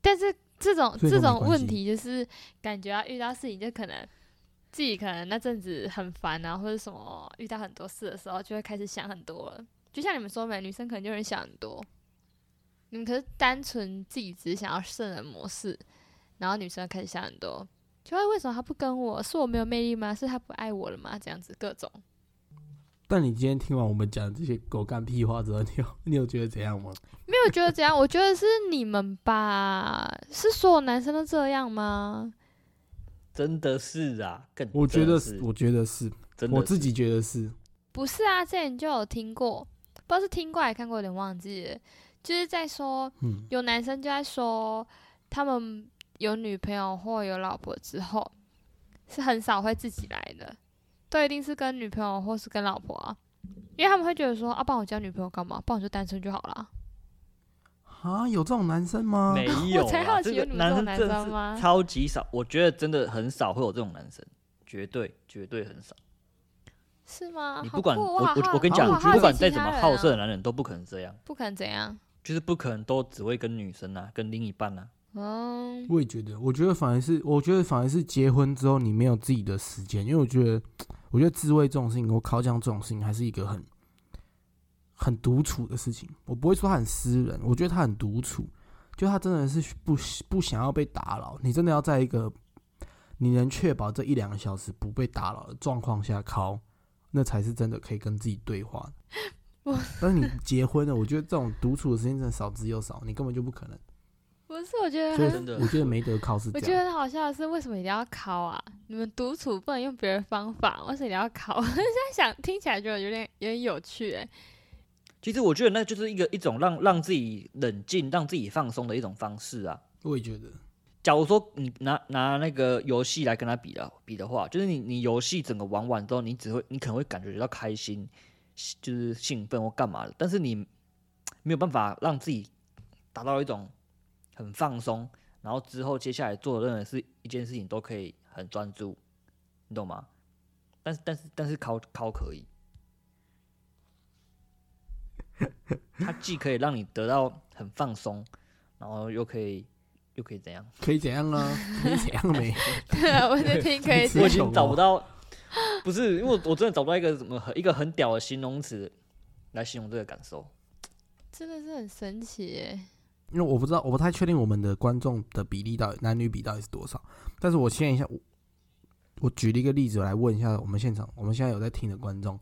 Speaker 2: 但是这种
Speaker 1: 所以都
Speaker 2: 这
Speaker 1: 没
Speaker 2: 种
Speaker 1: 关系
Speaker 2: 问题，就是感觉啊，遇到事情就可能自己可能那阵子很烦啊，或者什么遇到很多事的时候，就会开始想很多了。就像你们说没，女生可能就会想很多，你们可是单纯自己只是想要圣人模式，然后女生开始想很多，就会为什么他不跟我？是我没有魅力吗？是他不爱我了吗？这样子各种，
Speaker 1: 但你今天听完我们讲这些狗干屁话之后，你有你有觉得怎样吗？
Speaker 2: 没有觉得怎样？我觉得是你们吧？是所有男生都这样吗？
Speaker 3: 真的是啊，更
Speaker 1: 我觉
Speaker 3: 真
Speaker 1: 得
Speaker 3: 的
Speaker 1: 是，
Speaker 3: 是，
Speaker 1: 我觉得是，
Speaker 3: 真的
Speaker 1: 我自
Speaker 3: 是
Speaker 1: 己觉得是。
Speaker 2: 不是啊，之前就有听过，不知道是听过还看过，有点忘记了，就是在说
Speaker 1: 嗯，
Speaker 2: 有男生就在说，他们有女朋友或有老婆之后，是很少会自己来的，都一定是跟女朋友或是跟老婆啊，因为他们会觉得说，啊，帮我交女朋友干嘛？帮我就单身就好了啊。
Speaker 1: 啊，有这种男生吗？
Speaker 3: 没有啊。
Speaker 2: 我才好奇
Speaker 3: 这个
Speaker 2: 有你们这
Speaker 3: 男生
Speaker 2: 种男
Speaker 3: 真的
Speaker 2: 生
Speaker 3: 是
Speaker 2: 吗
Speaker 3: 超级少，我觉得真的很少会有这种男生，绝对绝对很少。
Speaker 2: 是吗？
Speaker 3: 你
Speaker 2: 啊好
Speaker 3: 不管
Speaker 2: 酷
Speaker 3: 我
Speaker 2: 好好
Speaker 3: 我我跟你
Speaker 2: 好
Speaker 3: 讲，
Speaker 2: 好
Speaker 1: 我觉得
Speaker 2: 好
Speaker 3: 不管
Speaker 2: 奇
Speaker 3: 再
Speaker 2: 其
Speaker 3: 怎么
Speaker 2: 他人
Speaker 3: 好
Speaker 2: 啊
Speaker 3: 色的男人都不可能这样，
Speaker 2: 不管怎样，
Speaker 3: 就是不可能都只会跟女生啊，跟另一半啊。
Speaker 2: 嗯，
Speaker 1: 我也觉得，我觉得反而是，我觉得反而是结婚之后你没有自己的时间，因为我觉得，我觉得自慰这种事情或靠墙这种事情还是一个很很独处的事情。我不会说他很私人，我觉得他很独处，就他真的是不不想要被打扰。你真的要在一个你能确保这一两个小时不被打扰的状况下靠，那才是真的可以跟自己对话
Speaker 2: 我。
Speaker 1: 但是你结婚了，我觉得这种独处的时间真的少之又少，你根本就不可能。
Speaker 2: 不是，我觉得
Speaker 1: 所以
Speaker 2: 很，
Speaker 3: 真的
Speaker 1: 我觉得没得靠是
Speaker 2: 啊我
Speaker 1: 这
Speaker 2: 觉
Speaker 1: 样。
Speaker 2: 得很好笑的是，为什么一定要考啊？你们独处不能用别的方法，为什么一定要 考？我现在想听起来觉得有点有点有趣哎、
Speaker 3: 其实我觉得那就是一个一种让让自己冷静、让自己放松的一种方式啊。
Speaker 1: 我也觉得，
Speaker 3: 假如说你拿拿那个游戏来跟他比的比的话，就是你你游戏整个玩完之后，你只会你可能会感觉到开心，兴就是兴奋或干嘛的，但是你没有办法让自己达到一种很放松，然后之后接下来做的任何事一件事情都可以很专注，你懂吗？但是但是但是考考可以，它既可以让你得到很放松，然后又可以又可以怎样？
Speaker 1: 可以怎样呢？可以怎样没？
Speaker 2: 对啊，我在听可以
Speaker 1: 是
Speaker 2: 怎
Speaker 3: 我
Speaker 2: 样
Speaker 3: 已经找不到，不是因为我我真的找不到一个什么很一个很屌的形容词来形容这个感受。
Speaker 2: 真的是很神奇哎、
Speaker 1: 因为我不知道，我不太确定我们的观众的比例到底男女比到底是多少。但是我现在一下，我我举了一个例子来问一下我们现场，我们现在有在听的观众，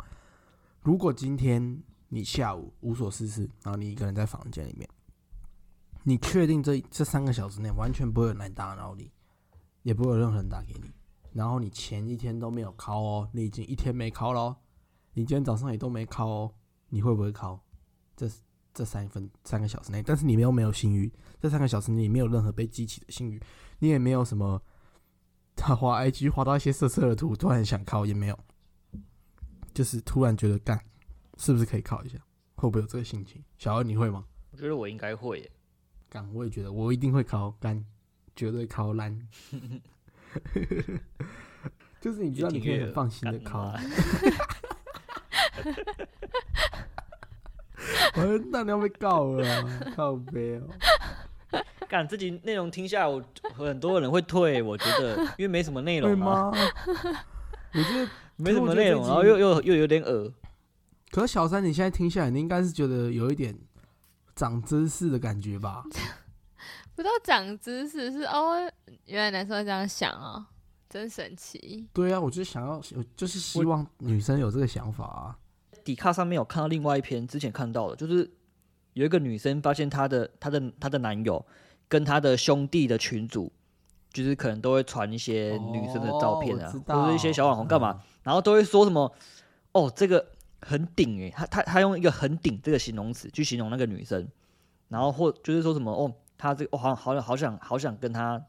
Speaker 1: 如果今天你下午无所事事，然后你一个人在房间里面，你确定这这三个小时内完全不会有人来打扰你，也不会有任何人打给你，然后你前一天都没有考哦，你已经一天没考了哦，你今天早上也都没考哦，你会不会考？这这三分三个小时内，但是你又没有性欲，这三个小时你没有任何被激起的性欲，你也没有什么，他滑 IG 滑到一些色色的图，突然想靠也没有，就是突然觉得干，是不是可以靠一下？会不会有这个心情？小二你会吗？
Speaker 3: 我觉得我应该会耶，
Speaker 1: 干，我也觉得我一定会考干，绝对考烂。 就是你知道你可以很放心的
Speaker 3: 干
Speaker 1: 考
Speaker 3: 嘛，
Speaker 1: 我说哎那你要被告了啊，靠背哦。
Speaker 3: 干这集内容听下来，我很多人会退，我觉得，因为没什么内
Speaker 1: 对
Speaker 3: 容啊，
Speaker 1: 吗？ 我觉得，
Speaker 3: 没什么
Speaker 1: 可是我觉得
Speaker 3: 内容，
Speaker 1: 这集
Speaker 3: 然后又又又有点恶
Speaker 1: 可是小三，你现在听下来，你应该是觉得有一点长知识的感觉 吧？
Speaker 2: 不到长知识是哦，原来男生会这样想哦，真神奇。
Speaker 1: 对啊，我就想要，我就是希望女生有这个想法啊。
Speaker 3: 底卡上面有看到另外一篇，之前看到的，就是有一个女生发现她的她的她的男友跟她的兄弟的群组，就是可能都会传一些呃女生的照片啊
Speaker 1: 哦我知，道嗯
Speaker 3: 或者一些小网红干嘛，然后都会说什么哦，这个很顶欸诶，她她她用一个很顶这个形容词去形容那个女生，然后或就是说什么哦，她这个哦好好想好想好想跟她，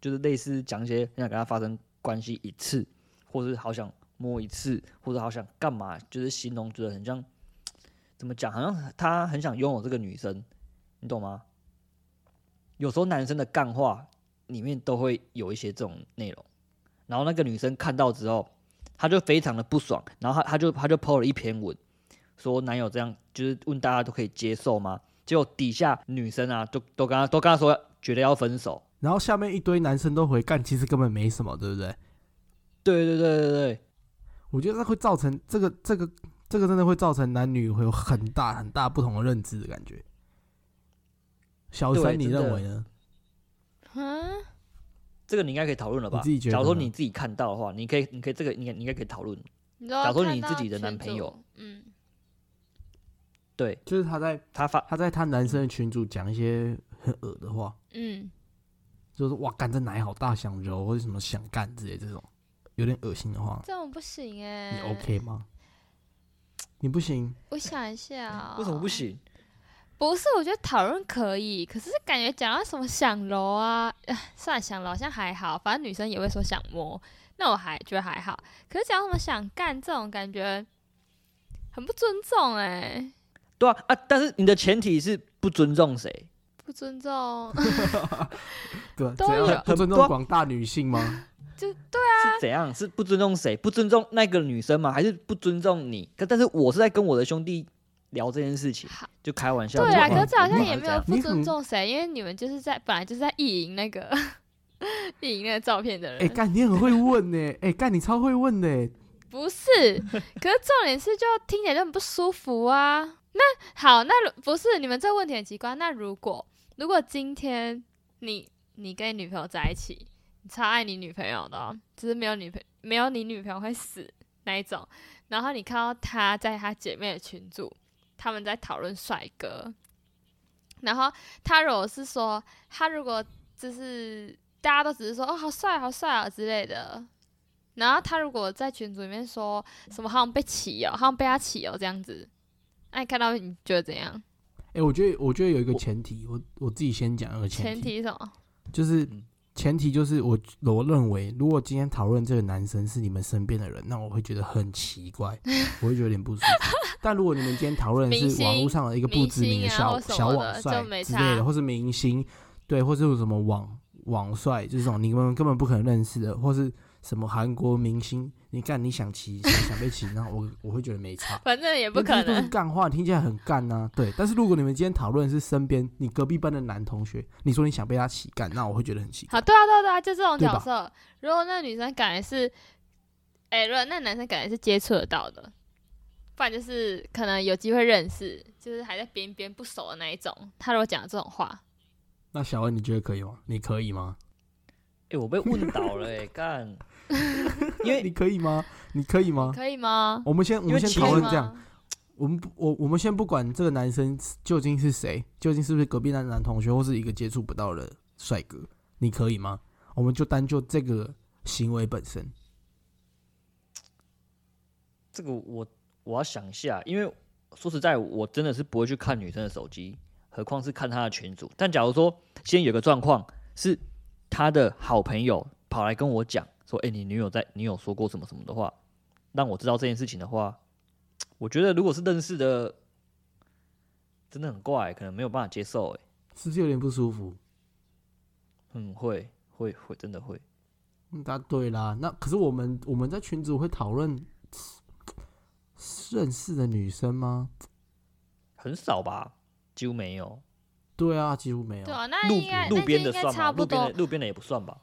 Speaker 3: 就是类似讲一些很想跟她发生关系一次，或是好想摸一次，或者好想干嘛，就是形容觉得很像，怎么讲？好像他很想拥有这个女生，你懂吗？有时候男生的干话里面都会有一些这种内容，然后那个女生看到之后，她就非常的不爽，然后她她就她就 PO 了一篇文，说男友这样就是问大家都可以接受吗？结果底下女生啊，都都跟她都跟她说觉得要分手，
Speaker 1: 然后下面一堆男生都回干，其实根本没什么，对不对？
Speaker 3: 对对对对对，
Speaker 1: 我觉得那会造成这个这个这个真的会造成男女会有很大很大不同的认知的感觉。小
Speaker 3: 对
Speaker 1: 三，你
Speaker 3: 真的
Speaker 1: 认为呢？
Speaker 2: 嗯，
Speaker 3: 这个你应该可以讨论了吧？
Speaker 1: 你自己觉得
Speaker 3: 假如说
Speaker 1: 呢
Speaker 3: 你自己看到的话，你可以，你可以这个，你你应该可以讨论。
Speaker 2: 你知道
Speaker 3: 假如
Speaker 2: 看
Speaker 3: 你
Speaker 2: 到
Speaker 3: 自己的男
Speaker 2: 群
Speaker 3: 朋友
Speaker 2: 组，嗯，
Speaker 3: 对
Speaker 1: 就是他在
Speaker 3: 他发，
Speaker 1: 他在他男生的群组讲一些很恶的话，
Speaker 2: 嗯，
Speaker 1: 就是哇干这奶好大想揉或者什么想干之类这种有点恶心的话，
Speaker 2: 这种不行哎、
Speaker 1: 你 OK 吗？你不行，
Speaker 2: 我想一下、啊，
Speaker 3: 为什么不？行？
Speaker 2: 不是，我觉得讨论可以，可是感觉讲到什么想揉啊，唉算了，想揉好像还好，反正女生也会说想摸，那我还觉得还好。可是讲什么想干这种感觉，很不尊重哎、
Speaker 3: 对啊啊！但是你的前提是不尊重谁？
Speaker 2: 不尊重，
Speaker 1: 对，
Speaker 2: 都
Speaker 1: 怎
Speaker 2: 有
Speaker 1: 样不尊重
Speaker 3: 很多
Speaker 1: 广大女性吗？
Speaker 2: 就对，
Speaker 3: 是怎样？是不尊重谁？不尊重那个女生吗？还是不尊重你？可但是我是在跟我的兄弟聊这件事情
Speaker 2: 好，
Speaker 3: 就开玩笑。
Speaker 2: 对
Speaker 3: 就哦
Speaker 2: 啊，
Speaker 3: 玩
Speaker 2: 可是这好像
Speaker 3: 玩
Speaker 2: 也没
Speaker 3: 这
Speaker 2: 有
Speaker 3: 样
Speaker 2: 不
Speaker 1: 你
Speaker 2: 尊
Speaker 1: 很
Speaker 2: 重谁，因为你们就是在本来就是在意淫那个 意淫那个照片的人，
Speaker 1: 哎干，你很会问呢，哎干，你超会问呢，
Speaker 2: 不是，可是重点是就听起来就很不舒服啊。那好，那如不是你们这个问题很奇怪。那如果如果今天你你跟你女朋友在一起，你超爱你女朋友的、哦，只是没有女朋没有你女朋友会死那一种，然后你看到她在她姐妹的群组，他们在讨论帅哥，然后她如果是说她如果就是大家都只是说哦好帅好帅啊之类的，然后他如果在群组里面说什么好像被骑哦，好像被他骑哦这样子，那、你看到你觉得怎样？
Speaker 1: 哎，我觉得我觉得有一个
Speaker 3: 我
Speaker 1: 前提，我我自己先讲一个
Speaker 2: 前提是什么？
Speaker 1: 就是
Speaker 3: 嗯
Speaker 1: 前提就是我我认为，如果今天讨论这个男生是你们身边的人，那我会觉得很奇 怪，我会觉得有点不舒服。但如果你们今天讨论的
Speaker 2: 明
Speaker 1: 是
Speaker 2: 星
Speaker 1: 网络上的一个不知名
Speaker 2: 明星
Speaker 1: 小、
Speaker 2: 啊或什么的
Speaker 1: 小网帅
Speaker 2: 就没
Speaker 1: 之
Speaker 2: 差
Speaker 1: 类的，或是明星，对，或是有什么网网帅，就是这种你们根本不可能认识的，或是什么韩国明星，你干你想骑想想被骑，那我我会觉得没差。
Speaker 2: 反正也不
Speaker 1: 因为这
Speaker 2: 可
Speaker 1: 些都是
Speaker 2: 能。
Speaker 1: 干话，听起来很干呐、对，但是如果你们今天讨论的是身边你隔壁班的男同学，你说你想被他骑干，那我会觉得很奇怪。
Speaker 2: 好，对啊，对啊，对啊，就这种
Speaker 1: 对
Speaker 2: 角
Speaker 1: 吧
Speaker 2: 色，如果那女生感觉是，哎、如果那男生感觉是接触得到的，不然就是可能有机会认识，就是还在边边不熟的那一种。他如果讲这种话，
Speaker 1: 那小恩，你觉得可以吗？你可以吗？
Speaker 3: 哎，我被问倒了哎， 干！因
Speaker 1: 你
Speaker 3: 为
Speaker 1: 可以吗？你可以吗？
Speaker 2: 可以吗？
Speaker 1: 我们先我
Speaker 3: 因
Speaker 1: 们
Speaker 3: 为
Speaker 1: 先
Speaker 3: 其实
Speaker 1: 啊讨论
Speaker 2: 可以
Speaker 1: 这样，
Speaker 2: 吗？
Speaker 1: 我们不我我们先不管这个男生究竟是谁，究竟是不是隔壁那男同学，或是一个接触不到的帅哥，你可以吗？我们就单就这个行为本身，
Speaker 3: 这个我我要想一下，因为说实在，我真的是不会去看女生的手机，何况是看她的群组。但假如说先有个状况是她的好朋友跑来跟我讲说：“哎、你女友在，你有说过什么什么的话，让我知道这件事情的话，我觉得如果是认识的，真的很怪、可能没有办法接受、哎，
Speaker 1: 是不是有点不舒服？
Speaker 3: 嗯，会会会，真的会。
Speaker 1: 嗯，答对啦。那可是我们我们在群组会讨论认识的女生吗？
Speaker 3: 很少吧，几乎没有。
Speaker 1: 对啊，几乎没有
Speaker 2: 对。啊，那
Speaker 3: 路
Speaker 2: 应该
Speaker 3: 路
Speaker 2: 那就
Speaker 3: 边的
Speaker 2: 应该
Speaker 3: 算
Speaker 2: 差
Speaker 3: 吗？
Speaker 2: 不
Speaker 3: 路边的
Speaker 2: 多。
Speaker 3: 路边的也不算吧。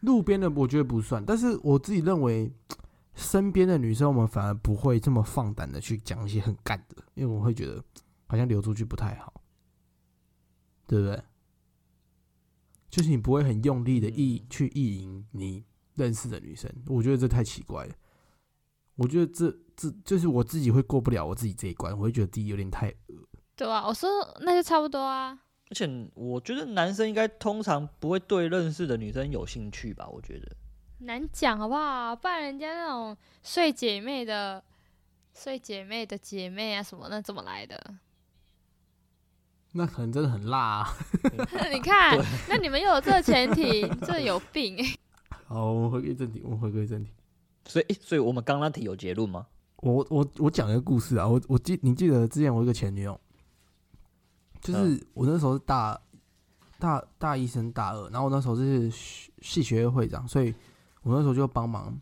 Speaker 1: 路边的我觉得不算，但是我自己认为，身边的女生我们反而不会这么放胆的去讲一些很干的，因为我会觉得好像流出去不太好，对不对？就是你不会很用力的意、
Speaker 3: 嗯
Speaker 1: 去意淫你认识的女生，我觉得这太奇怪了。我觉得这这就是我自己会过不了我自己这一关，我会觉得自己有点太
Speaker 2: 对啊，我说那就差不多啊。
Speaker 3: 而且我觉得男生应该通常不会对认识的女生有兴趣吧？我觉得
Speaker 2: 难讲好不好？不然人家那种睡姐妹的、睡姐妹的姐妹啊什么，那怎么来的？
Speaker 1: 那可能真的很辣、啊。
Speaker 2: 你看，那你们又有这个前提， 这有病。
Speaker 1: 好，我们回归正题，我们回归正题。
Speaker 3: 所以，诶所以我们刚刚那题有结论吗？
Speaker 1: 我我我讲一个故事啊，我我记你记得之前我有一个前女友，就是我那时候是大大大一升大二，然后我那时候是系系学会会长，所以我那时候就帮忙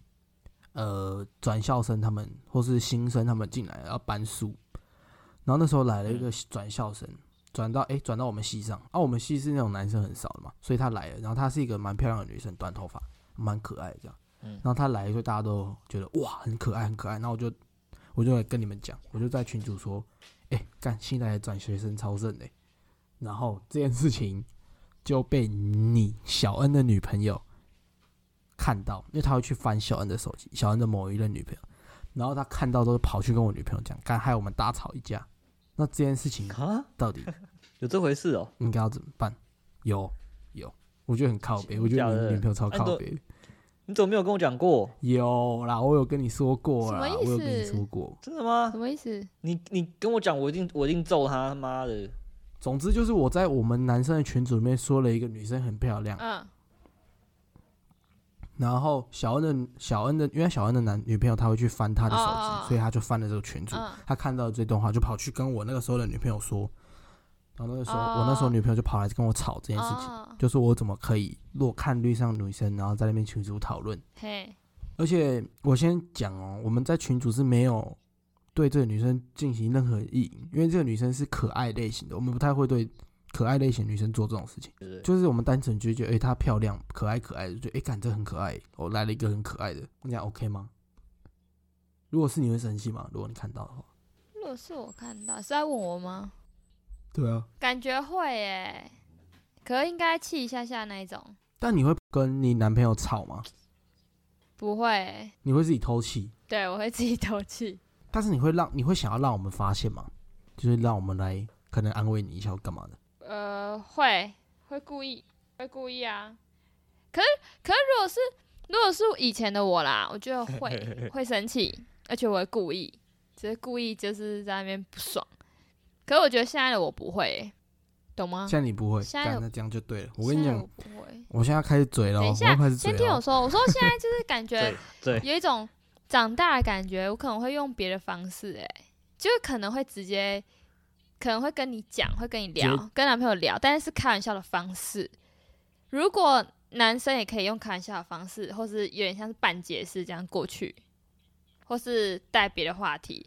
Speaker 1: 呃转校生他们或是新生他们进来要搬书，然后那时候来了一个转校生，转到诶，转到我们系上啊，我们系是那种男生很少的嘛，所以她来了，然后她是一个蛮漂亮的女生，短头发，蛮可爱的这样。
Speaker 3: 嗯
Speaker 1: 然后她来，所以大家都觉得哇，很可爱，很可爱。然后我就我就来跟你们讲，我就在群主说，哎、干新来的转学生超正的、然后这件事情就被你小恩的女朋友看到，因为她会去翻小恩的手机，小恩的某一任女朋友，然后她看到之后跑去跟我女朋友讲，干害我们大吵一架。那这件事情
Speaker 3: 啊，
Speaker 1: 到底
Speaker 3: 有这回事哦、
Speaker 1: 应该要怎么办？有有，我觉得很靠北，我觉
Speaker 3: 假
Speaker 1: 得
Speaker 3: 的
Speaker 1: 你女朋友超
Speaker 3: 哎
Speaker 1: 靠
Speaker 3: 都
Speaker 1: 北的。
Speaker 3: 你怎么没有跟我讲过？
Speaker 1: 有啦，我有跟你说过啦，
Speaker 2: 什么
Speaker 1: 我
Speaker 2: 意思
Speaker 1: 有跟你说过。
Speaker 3: 真的吗
Speaker 2: 什？么意思？
Speaker 3: 你你跟我讲，我一定我一定揍他妈的！
Speaker 1: 总之就是我在我们男生的群组里面说了一个女生很漂亮，
Speaker 2: 嗯，
Speaker 1: 然后小恩的小恩的，因为小恩的男女朋友她会去翻她的手机，
Speaker 2: 哦哦哦
Speaker 1: 所以她就翻了这个群组，
Speaker 2: 嗯
Speaker 1: 她看到了这段话就跑去跟我那个时候的女朋友说，然后那个时候、
Speaker 2: 哦
Speaker 1: 我那时候女朋友就跑来跟我吵这件事情，
Speaker 2: 哦，
Speaker 1: 就说我怎么可以落看绿上女生，然后在那边群组讨论，
Speaker 2: 嘿，
Speaker 1: 而且我先讲哦，我们在群组是没有对这个女生进行任何意淫，因为这个女生是可爱类型的，我们不太会对可爱类型的女生做这种事情。
Speaker 3: 对不对？
Speaker 1: 就是我们单纯就觉得，哎、她漂亮、可爱、可爱的，就觉得，哎、感这很可爱。我、来了一个很可爱的，你讲 OK 吗？如果是你会生气吗？如果你看到的话，
Speaker 2: 如果是我看到，是在问我吗？
Speaker 1: 对啊。
Speaker 2: 感觉会耶，可应该气一下下那一种，
Speaker 1: 但你会跟你男朋友吵吗？
Speaker 2: 不会耶。
Speaker 1: 你会自己偷气？
Speaker 2: 对，我会自己偷气。
Speaker 1: 但是你会让你会想要让我们发现吗？就是让我们来可能安慰你一下或干嘛的？
Speaker 2: 呃，会会故意会故意啊。可是可是，如果是如果是以前的我啦，我觉得 会会生气，而且我会故意，只是故意就是在那边不爽。可是我觉得现在的我不会欸、懂吗？
Speaker 1: 现在你不会，
Speaker 2: 现在有
Speaker 1: 干那这样就对了。我跟你
Speaker 2: 现在
Speaker 1: 讲
Speaker 2: 我，不会。
Speaker 1: 我现在开始嘴了哦，
Speaker 2: 等一
Speaker 1: 我
Speaker 2: 下
Speaker 1: 要开始，嘴
Speaker 2: 先
Speaker 1: 了
Speaker 2: 听我
Speaker 1: 哦。
Speaker 2: 说，我说现在就是 感觉
Speaker 3: 对对，
Speaker 2: 有一种长大的感觉，我可能会用别的方式、欸，哎，就是可能会直接，可能会跟你讲，会跟你聊
Speaker 1: 直，
Speaker 2: 跟男朋友聊，但是是开玩笑的方式。如果男生也可以用开玩笑的方式，或是有点像是半解释这样过去，或是带别的话题，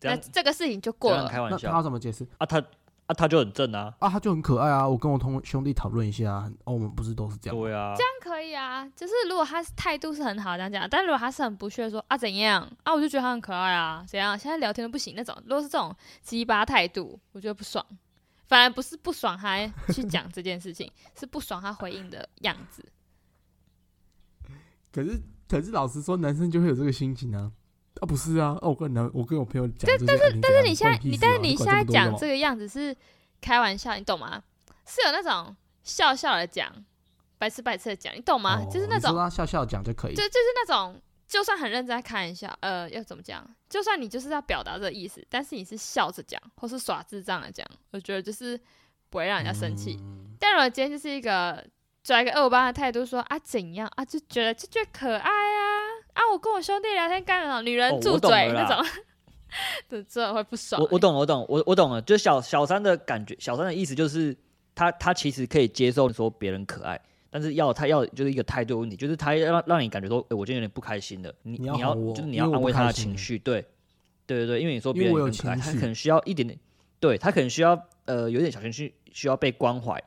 Speaker 3: 这
Speaker 2: 那
Speaker 3: 样
Speaker 2: 这个事情就
Speaker 3: 这
Speaker 2: 过
Speaker 3: 样
Speaker 2: 了。
Speaker 3: 开
Speaker 1: 那
Speaker 3: 玩
Speaker 1: 他要
Speaker 3: 笑
Speaker 1: 怎么解释
Speaker 3: 啊？他啊他就很正啊，
Speaker 1: 啊？他就很可爱啊！我跟我同兄弟讨论一下啊，哦，我们不是都是这样吗。
Speaker 3: 对啊，
Speaker 2: 当然可以啊，就是如果他是态度是很好这样讲，但如果他是很不屑说啊怎样啊，我就觉得他很可爱啊，怎样现在聊天都不行那种，如果是这种鸡巴态度，我觉得不爽，反而不是不爽他去讲这件事情，是不爽他回应的样子。
Speaker 1: 可是，可是老实说，男生就会有这个心情啊。啊，不是啊，哦，我跟男，我跟我朋友讲这些，但是，但
Speaker 2: 但是你现
Speaker 1: 啊
Speaker 2: 在你但是啊你现在
Speaker 1: 哦
Speaker 2: 讲这个啊样子是开玩笑，你懂吗？是有那种笑笑的讲，白痴白痴的哦讲，你懂吗？就是那种
Speaker 1: 哦说他笑笑讲就可以
Speaker 2: 就。就是那种，就算很认真在开玩笑，呃，要怎么讲？就算你就是要表达这个意思，但是你是笑着讲，或是耍智障的讲，我觉得就是不会让人家生气。
Speaker 1: 嗯
Speaker 2: 但如果今天就是一个拽一个恶霸的态度说啊怎样啊，就觉得就觉得可爱啊啊，我跟我兄弟聊天干什么？女
Speaker 3: 哦
Speaker 2: 人住
Speaker 3: 我懂
Speaker 2: 嘴、
Speaker 3: 了
Speaker 2: 那
Speaker 3: 啦
Speaker 2: 种，这这会不爽、
Speaker 3: 我我。懂我懂我我懂了，就小小三的感觉，小三的意思就是他他其实可以接受说别人可爱，但是要他要就是一个态度问题，就是他要让让你感觉说，哎、我今天有点不开心了，你
Speaker 1: 你
Speaker 3: 你
Speaker 1: 要
Speaker 3: 要
Speaker 1: 哄我
Speaker 3: 就是你
Speaker 1: 因为
Speaker 3: 要
Speaker 1: 我
Speaker 3: 安
Speaker 1: 不
Speaker 3: 慰他
Speaker 1: 开
Speaker 3: 的
Speaker 1: 心
Speaker 3: 情绪，对对对对，因为你说
Speaker 1: 因
Speaker 3: 别
Speaker 1: 为
Speaker 3: 人
Speaker 1: 我有
Speaker 3: 很可爱，
Speaker 1: 情
Speaker 3: 他
Speaker 1: 绪
Speaker 3: 可能需要一点点，对他可能需要呃有点小情绪，需要被关怀，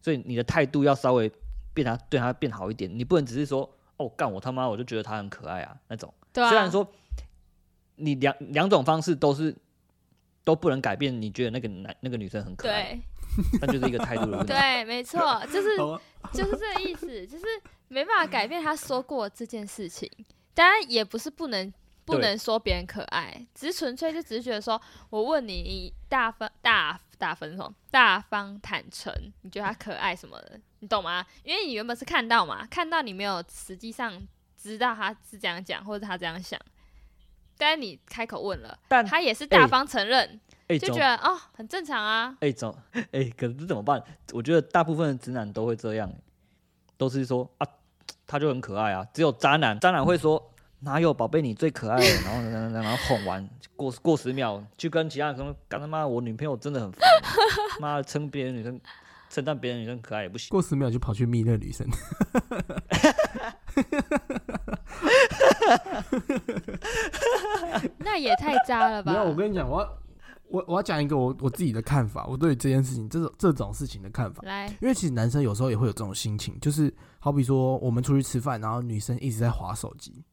Speaker 3: 所以你的态度要稍微变他对他变好一点，你不能只是说哦干我他妈我就觉得他很可爱啊那种。
Speaker 2: 对啊，
Speaker 3: 虽然说你两两种方式都是都不能改变，你觉得那个男那个女生很可爱，
Speaker 2: 对
Speaker 3: 但就是一个态度的问 题。
Speaker 2: 对，没错，就是
Speaker 1: 好吧
Speaker 2: 就是这个意思，就是没办法改变他说过这件事情，当然也不是不能不
Speaker 3: 对
Speaker 2: 能说别人可爱，只是纯粹就只是觉得说，我问你，你大方大大分哦，大方坦诚，你觉得他可爱什么的，你懂吗？因为你原本是看到嘛，看到你没有实际上知道他是这样讲或者他这样想，但你开口问了，
Speaker 3: 但
Speaker 2: 他也是
Speaker 3: 哎
Speaker 2: 大方承认，
Speaker 3: 哎，
Speaker 2: 就
Speaker 3: 怎
Speaker 2: 觉得
Speaker 3: 么
Speaker 2: 哦很正常啊，
Speaker 3: 哎怎么哎，可是怎么办？我觉得大部分的直男都会这样，都是说啊，他就很可爱啊。只有渣男，渣男会说哪有宝贝你最可爱了，然后然后然后 然后哄完过过十秒去跟其他人说，干他妈我女朋友真的很烦，妈的称别人女生称赞别人女生可爱也不行。
Speaker 1: 过十秒就跑去密那女生，
Speaker 2: 那也太渣了吧
Speaker 1: 没？有，我跟你讲，我要我我要讲一个我我自己的看法，我对于这件事情这种这种事情的看法。
Speaker 2: 来，
Speaker 1: 因为其实男生有时候也会有这种心情，就是好比说我们出去吃饭，然后女生一直在划手机，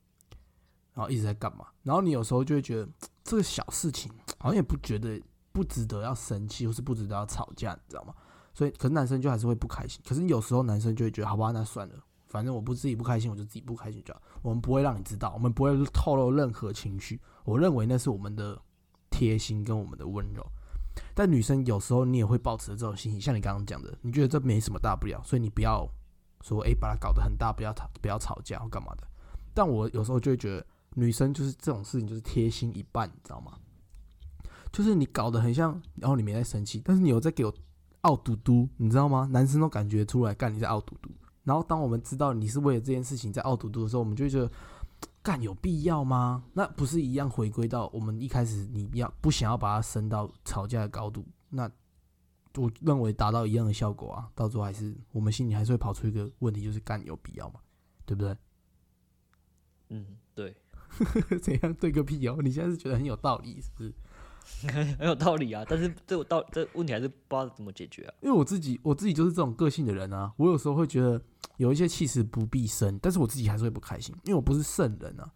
Speaker 1: 然后一直在干嘛，然后你有时候就会觉得这个小事情好像也不觉得不值得要生气，或是不值得要吵架，你知道吗？所以，可是男生就还是会不开心。可是有时候男生就会觉得，好吧，那算了，反正我不自己不开心，我就自己不开心就好。我们不会让你知道，我们不会透露任何情绪。我认为那是我们的贴心跟我们的温柔。但女生有时候你也会抱持这种心情，像你刚刚讲的，你觉得这没什么大不了，所以你不要说诶、把它搞得很大，不要吵不要吵架或干嘛的。但我有时候就会觉得，女生就是这种事情就是贴心一半，你知道吗？就是你搞得很像，然后你没在生气，但是你有在给我傲嘟嘟，你知道吗？男生都感觉出来，干你在傲嘟嘟。然后当我们知道你是为了这件事情在傲嘟嘟的时候，我们就会觉得干有必要吗？那不是一样回归到我们一开始你要不想要把它升到吵架的高度？那我认为达到一样的效果啊，到最后还是我们心里还是会跑出一个问题，就是干有必要吗？对不对？
Speaker 3: 嗯，对，
Speaker 1: 怎样对个屁哦！你现在是觉得很有道理是不是？
Speaker 3: 很有道理啊。但是这道这问题还是不知道怎么解决啊。
Speaker 1: 因为我自己我自己就是这种个性的人啊，我有时候会觉得有一些气势不必生，但是我自己还是会不开心，因为我不是圣人啊。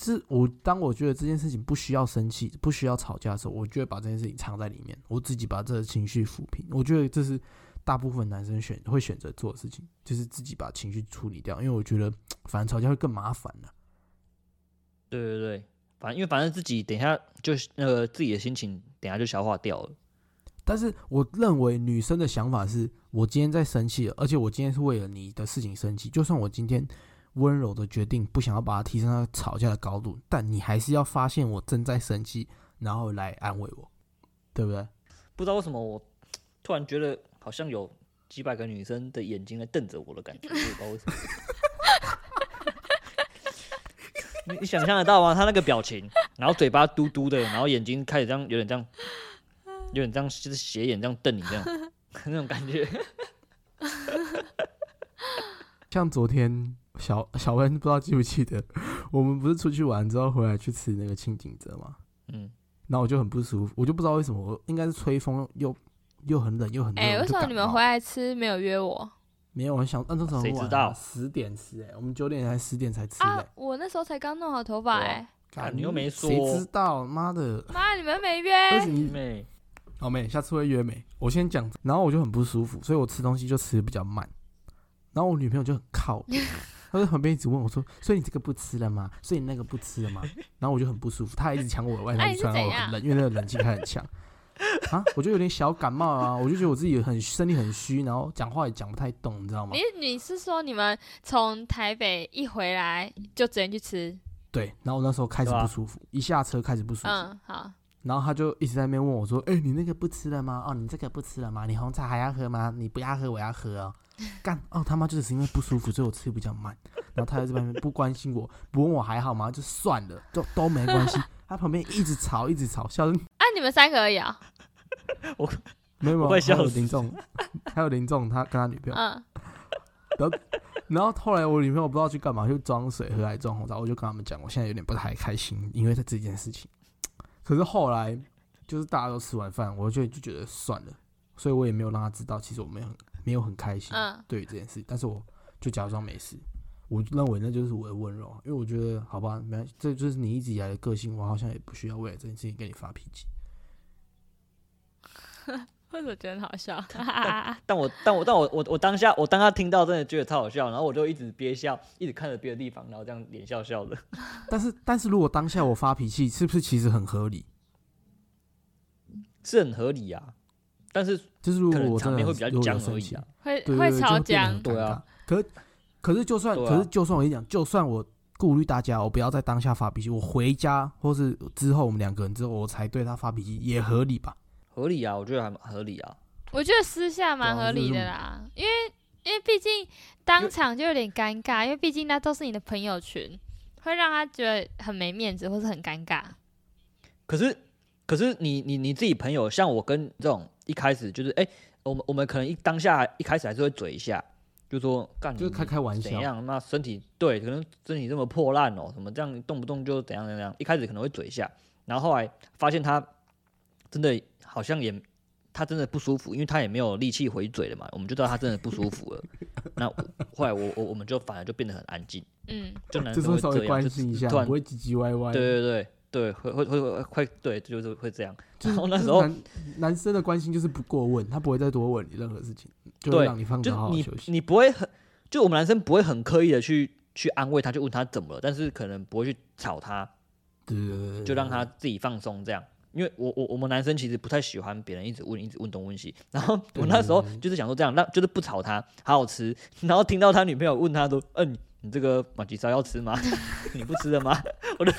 Speaker 1: 是我当我觉得这件事情不需要生气、不需要吵架的时候，我就会把这件事情藏在里面，我自己把这个情绪抚平。我觉得这是大部分男生选会选择做的事情，就是自己把情绪处理掉，因为我觉得反正吵架会更麻烦啊了、
Speaker 3: 对对对，反正因为反正自己等一下就是那个自己的心情，等一下就消化掉了。
Speaker 1: 但是我认为女生的想法是，我今天在生气了，而且我今天是为了你的事情生气。就算我今天温柔的决定不想要把它提升到吵架的高度，但你还是要发现我正在生气，然后来安慰我，对不对？
Speaker 3: 不知道为什么我突然觉得好像有几百个女生的眼睛在瞪着我的感觉，我也不知道为什么。你你想象得到吗？他那个表情，然后嘴巴嘟嘟的，然后眼睛开始这样，有点这样，有点这样，就是斜眼这样瞪你这样， 那种感觉。
Speaker 1: 像昨天小小恩不知道记不记得，我们不是出去玩之后回来去吃那个清景泽吗？
Speaker 3: 嗯，
Speaker 1: 然后我就很不舒服，我就不知道为什么，我应该是吹风又又很冷又很热。
Speaker 2: 哎、
Speaker 1: 我
Speaker 2: 为
Speaker 1: 就
Speaker 2: 什么
Speaker 1: 感
Speaker 2: 你们
Speaker 1: 冒
Speaker 2: 回来吃没有约我
Speaker 1: 没有，我很想，那那时候
Speaker 3: 谁
Speaker 1: 很晚
Speaker 3: 知道
Speaker 1: 十点吃哎、我们九点还十点才吃嘞、
Speaker 2: 啊？我那时候才刚弄好头发
Speaker 3: 对
Speaker 2: 哎
Speaker 3: 啊、啊你又没说
Speaker 1: 谁知道？妈的！
Speaker 2: 妈，你们没
Speaker 1: 为什
Speaker 2: 约，
Speaker 1: 么？
Speaker 3: 妹，
Speaker 1: 好妹，下次会约没？我先讲，然后我就很不舒服，所以我吃东西就吃的比较慢。然后我女朋友就很靠 北，她在旁边一直问我说：“所以你这个不吃了吗？所以你那个不吃了吗？”然后我就很不舒服，她还一直抢我的外套
Speaker 2: 哎你是
Speaker 1: 穿，然后我
Speaker 2: 怎样
Speaker 1: 很冷，因为那个冷气开很强。啊，我就有点小感冒啊，我就觉得我自己很身体很虚，然后讲话也讲不太动，你知道吗
Speaker 2: 你？你是说你们从台北一回来就直接去吃？
Speaker 1: 对，然后我那时候开始
Speaker 3: 对啊
Speaker 1: 不舒服，一下车开始不舒服，
Speaker 2: 嗯，好，
Speaker 1: 然后他就一直在那边问我说：“哎、你那个不吃了吗？哦，你这个不吃了吗？你红茶还要喝吗？你不要喝，我要喝哦。 干哦，他妈就只是因为不舒服，所以我吃比较慢。然后他在这边不关心我，不问我还好吗？就算了，就都没关系。他旁边一直吵，一直吵，笑声
Speaker 2: 啊，你们三个而已啊、
Speaker 1: 没有没有，啊
Speaker 3: 我
Speaker 1: 还有
Speaker 3: 快笑死
Speaker 1: 林仲，还有林仲，他跟他女朋友。
Speaker 2: 嗯，
Speaker 1: 然后后来我女朋友不知道去干嘛，就装水喝还是装红茶，我就跟他们讲，我现在有点不太开心，因为在这件事情。可是后来就是大家都吃完饭，我就就觉得算了，所以我也没有让他知道，其实我没有很没有很开心
Speaker 2: 嗯
Speaker 1: 对于这件事，但是我就假装没事。我认为那就是我的温柔，因为我觉得好吧，没关系这就是你一直以来的个性，我好像也不需要为了这件事情跟你发脾气。
Speaker 2: 或者觉得很好笑，
Speaker 3: 但我但我但我我我当下我当下听到真的觉得超好笑，然后我就一直憋笑，一直看着别的地方，然后这样脸笑笑的。
Speaker 1: 但是但是如果当下我发脾气，是不是其实很合理？
Speaker 3: 是很合理啊。但是
Speaker 1: 就是如
Speaker 3: 可
Speaker 1: 果
Speaker 3: 能
Speaker 1: 我
Speaker 3: 场
Speaker 1: 真的
Speaker 3: 面会
Speaker 1: 很
Speaker 3: 比较
Speaker 1: 如果
Speaker 3: 僵
Speaker 1: 有
Speaker 3: 而
Speaker 1: 生
Speaker 3: 已
Speaker 1: 气
Speaker 3: 啊，。
Speaker 2: 会
Speaker 1: 对
Speaker 2: 会
Speaker 1: 对
Speaker 2: 吵
Speaker 1: 就变得
Speaker 2: 架
Speaker 1: 很，尴
Speaker 3: 对
Speaker 1: 尬
Speaker 3: 啊。
Speaker 1: 可可是就算、
Speaker 3: 对啊
Speaker 1: 可是就算我跟你讲，就算我顾虑大家，我不要在当下发脾气，我回家或是之后我们两个人之后，我才对他发脾气，也合理吧？
Speaker 3: 合理啊，我觉得还蛮合理啊。
Speaker 2: 我觉得私下蛮
Speaker 1: 对啊
Speaker 2: 合理
Speaker 1: 就是
Speaker 2: 的啦，因为因为毕竟当场就有点尴尬，因为毕竟那都是你的朋友群，会让他觉得很没面子或是很尴尬。
Speaker 3: 可是可是你你你自己朋友，像我跟这种一开始就是哎、我们我们可能一当下一开始还是会嘴一下，就说干你
Speaker 1: 就是开开玩笑
Speaker 3: 怎样？那身体对，可能身体这么破烂哦，什么这样动不动就怎样怎样。一开始可能会嘴一下，然后后来发现他真的好像也他真的不舒服，因为他也没有力气回嘴了嘛，我们就知道他真的不舒服了。 那后来我我我们就反而就变得很安静，
Speaker 2: 嗯，
Speaker 3: 就男
Speaker 1: 就
Speaker 3: 生
Speaker 1: 是
Speaker 3: 会
Speaker 1: 稍
Speaker 3: 这
Speaker 1: 微
Speaker 3: 样，
Speaker 1: 关
Speaker 3: 就
Speaker 1: 心一下，
Speaker 3: 突然
Speaker 1: 不会唧唧歪歪。
Speaker 3: 对对对对，会会会会会对，就是会这样。
Speaker 1: 就
Speaker 3: 然
Speaker 1: 是
Speaker 3: 后那
Speaker 1: 就是
Speaker 3: 时候
Speaker 1: 男男生的关心就是不过问，他不会再多问你任何事情，就会
Speaker 3: 对
Speaker 1: 让你放
Speaker 3: 就
Speaker 1: 着好好
Speaker 3: 你
Speaker 1: 休息。
Speaker 3: 你不会很，就我们男生不会很刻意的去去安慰他，就问他怎么了，但是可能不会去吵他，
Speaker 1: 对对对对，
Speaker 3: 就让他自己放松这样。因为我我我们男生其实不太喜欢别人一直问一直问东问西，然后
Speaker 1: 对
Speaker 3: 我那时候
Speaker 1: 对对
Speaker 3: 就是想说这样，那就是不吵他，好好吃。然后听到他女朋友问他说：“嗯、你你这个马吉烧要吃吗？ 你不吃了吗？” 我就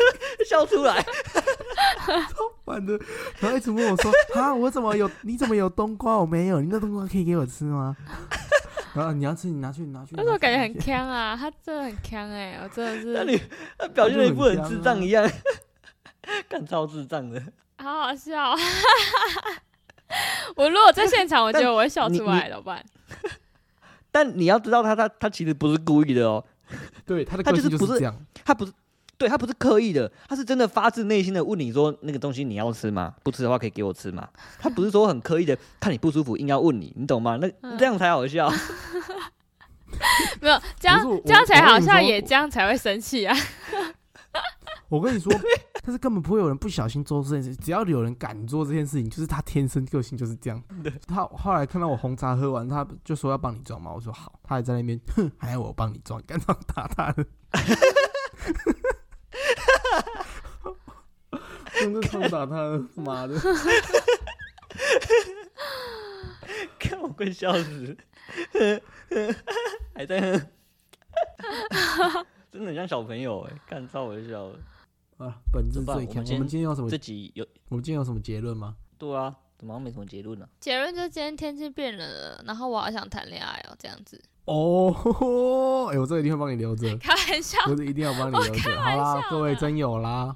Speaker 3: 笑出来。
Speaker 1: 完的，然后一直问我说：“啊，我怎么有？你怎么有冬瓜？我没有，你那冬瓜可以给我吃吗？”然后你要吃，你拿去，你拿 去。
Speaker 2: 但是我
Speaker 1: 拿去
Speaker 2: 感觉
Speaker 1: 拿
Speaker 2: 很
Speaker 1: 去
Speaker 2: 呛啊，他真的很呛哎、我真的
Speaker 3: 那
Speaker 2: 是
Speaker 3: 你那表现的
Speaker 1: 嗯就
Speaker 3: 不
Speaker 1: 很
Speaker 3: 很智
Speaker 1: 香啊
Speaker 3: 障一样， 干超智障的。
Speaker 2: 好好笑、 啊。我如果在现场，我觉得我会笑
Speaker 3: 你
Speaker 2: 出来，怎么办？
Speaker 3: 但你要知道他，他他其实不是故意的哦，
Speaker 1: 对他的
Speaker 3: 他
Speaker 1: 个
Speaker 3: 就
Speaker 1: 性
Speaker 3: 是
Speaker 1: 就
Speaker 3: 不
Speaker 1: 是
Speaker 3: 是
Speaker 1: 这样，
Speaker 3: 他不是对他不是刻意的，他是真的发自内心的问你说那个东西你要吃吗？不吃的话可以给我吃吗？他不是说很刻意的看你不舒服硬要问你，你懂吗？那
Speaker 2: 嗯
Speaker 3: 这样才好笑。
Speaker 2: 没有这样
Speaker 1: 不是我，
Speaker 2: 这样才好
Speaker 1: 我
Speaker 2: 笑，
Speaker 1: 跟你说
Speaker 2: 也这样才会生气啊！
Speaker 1: 我跟你说，但是根本不会有人不小心做这件事，只要有人敢做这件事情，就是他天生个性就是这样。他后来看到我红茶喝完，他就说要帮你装嘛，我说好，他还在那边，哼，还要我帮你装，干仗打他的。 真的痛打他了，妈的！
Speaker 3: 看我会笑死， 还在真的很像小朋友哎、看超好笑的。
Speaker 1: 啊，本质
Speaker 3: 怎么办
Speaker 1: 最
Speaker 3: 我
Speaker 1: 强。
Speaker 3: 们今
Speaker 1: 我们今天有什么
Speaker 3: 这？集有
Speaker 1: 我们今天有什么结论吗？
Speaker 3: 对啊，怎么好像没什么结论啊呢、
Speaker 2: 结论就是今天天气变冷了，然后我好想谈恋爱哦，这样 子。
Speaker 1: 哦， 哎、我这个一定会帮你留着。
Speaker 2: 开玩笑，
Speaker 1: 不是一定要帮你留着。好啦，各位真有啦，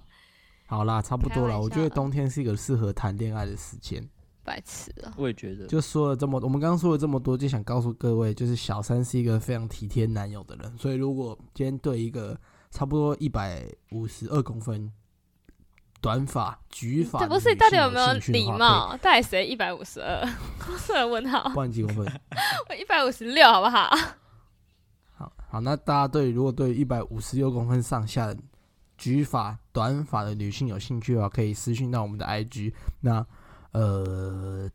Speaker 1: 好啦，差不多
Speaker 2: 开玩
Speaker 1: 啦。
Speaker 2: 笑
Speaker 1: 我觉得冬天是一个适合谈恋爱的时间。
Speaker 2: 白痴哦、
Speaker 3: 我也觉得，
Speaker 1: 就说了这么，我们刚刚说了这么多，就想告诉各位，就是小三是一个非常体贴男友的人。所以如果今天对一个差不多一百五十二公分、短发、橘发的
Speaker 2: 这
Speaker 1: 女
Speaker 2: 不
Speaker 1: 性
Speaker 2: 是
Speaker 1: 有兴趣的话，
Speaker 2: 到底有没有礼
Speaker 1: 可
Speaker 2: 貌？到底谁一百五十二？ 我是很问号
Speaker 1: 以？，不然几公分？
Speaker 2: 我一百五十六好不好？
Speaker 1: 好好，那大家对如果对一百五十六公分上下的举法短发的女性有兴趣的话，可以私讯到我们的 IG 那。呃，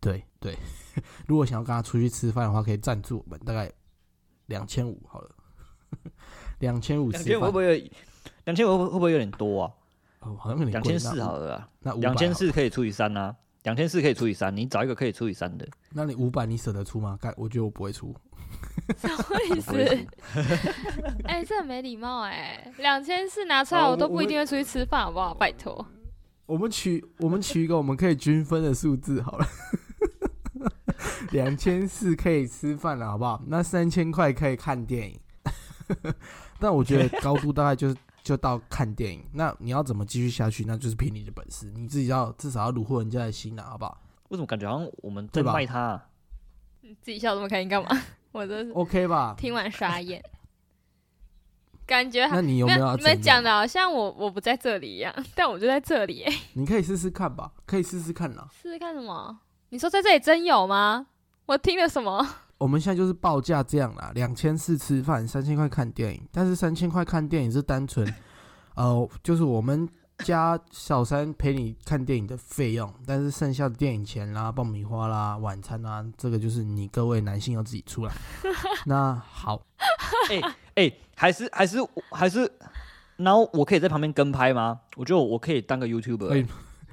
Speaker 1: 对对， 如果想要跟她出去吃饭的话，可以赞助我们大概两千五好了， 两千五
Speaker 3: 两
Speaker 1: 吃
Speaker 3: 千会
Speaker 1: 饭
Speaker 3: 不会有？两千会不会会不会有点多啊？
Speaker 1: 哦，好像有点
Speaker 3: 两
Speaker 1: 贵
Speaker 3: 千四好，了啊。
Speaker 1: 那哦
Speaker 3: 两千
Speaker 1: 四，
Speaker 3: 四可以除以三啊，两千四可以除以三，你找一个可以除以三的，
Speaker 1: 那你五百你舍得出吗？干，我觉得我不会出，
Speaker 2: 不好
Speaker 1: 啊
Speaker 2: 意思
Speaker 3: 我也是，
Speaker 2: 哎、这很没礼貌哎、两千四拿出来，
Speaker 1: 好
Speaker 2: 我都
Speaker 1: 我
Speaker 2: 不一定会出去吃饭，好不好？拜托，
Speaker 1: 我们取我们取一个我们可以均分的数字好了， 两千四可以吃饭了，好不好？那三千块可以看电影， 但我觉得高度大概就是 就到看电影。那你要怎么继续下去，那就是凭你的本事，你自己要至少要虏获人家的心啊，好不好
Speaker 3: 为什么感觉好像我们在
Speaker 1: 对吧
Speaker 3: 卖它、 啊？
Speaker 2: 你自己笑这么开心干嘛？我真是
Speaker 1: ？OK 吧？
Speaker 2: 听完傻眼。感觉好
Speaker 1: 那你有
Speaker 2: 没
Speaker 1: 没有要
Speaker 2: 你们
Speaker 1: 怎
Speaker 2: 讲
Speaker 1: 样？
Speaker 2: 的好像我我不在这里一样， 但我就在这 里、欸。
Speaker 1: 你可以试试看吧，可以试试看啦。
Speaker 2: 试试看什么？你说在这里真有吗？我听了什么？
Speaker 1: 我们现在就是报价这样啦，两千四吃饭，三千块看电影。但是三千块看电影是单纯，呃，就是我们加小三陪你看电影的费用，但是剩下的电影钱啦、爆米花啦、晚餐啦，这个就是你各位男性要自己出来。那好，
Speaker 3: 哎、还是还是还是，然后我可以在旁边跟拍吗？我觉得我我可以当个 YouTuber，、
Speaker 1: 哎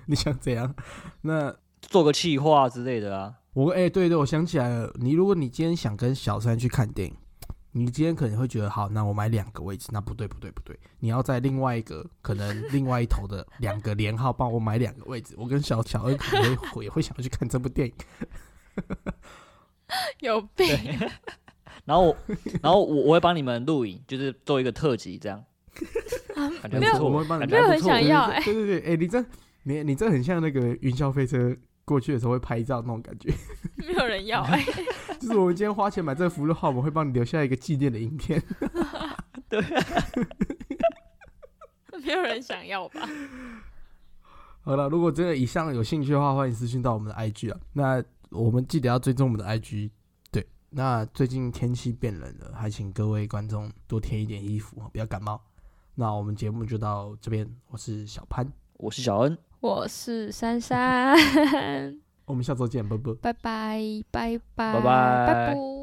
Speaker 1: 你想怎样？那
Speaker 3: 做个企划之类的啊。
Speaker 1: 我哎、对对，我想起来了，你如果你今天想跟小三去看电影，你今天可能会觉得好，那我买两个位置，那不对不对不对，你要在另外一个可能另外一头的两个连号帮我买两个位置，我跟小小恩可能会也会想要去看这部电影，
Speaker 2: 有病！
Speaker 3: 然后我 然后我我会帮你们录影，就是做一个特辑 这样。感觉
Speaker 1: 没
Speaker 3: 不
Speaker 1: 有
Speaker 3: 错，
Speaker 1: 我们帮你们
Speaker 2: 没
Speaker 3: 感觉
Speaker 2: 有
Speaker 3: 还
Speaker 2: 很
Speaker 3: 不错
Speaker 2: 想要
Speaker 1: 对对对，哎、你这你你这很像那个云霄飞车过去的时候会拍照那种感觉，
Speaker 2: 没有人 要、欸，
Speaker 1: 就是我们今天花钱买这个服务号，我们会帮你留下一个纪念的影片。
Speaker 2: 没有人想要吧？
Speaker 1: 好了，如果真的以上有兴趣的话，欢迎私讯到我们的 IG 啊。那我们记得要追踪我们的 IG。对，那最近天气变冷了，还请各位观众多添一点衣服，不要感冒。那我们节目就到这边，我是小潘，
Speaker 3: 我是小恩，
Speaker 2: 我是珊珊，
Speaker 1: 我们下周见，啵啵。
Speaker 2: 拜拜拜拜
Speaker 3: 拜拜
Speaker 2: 拜拜。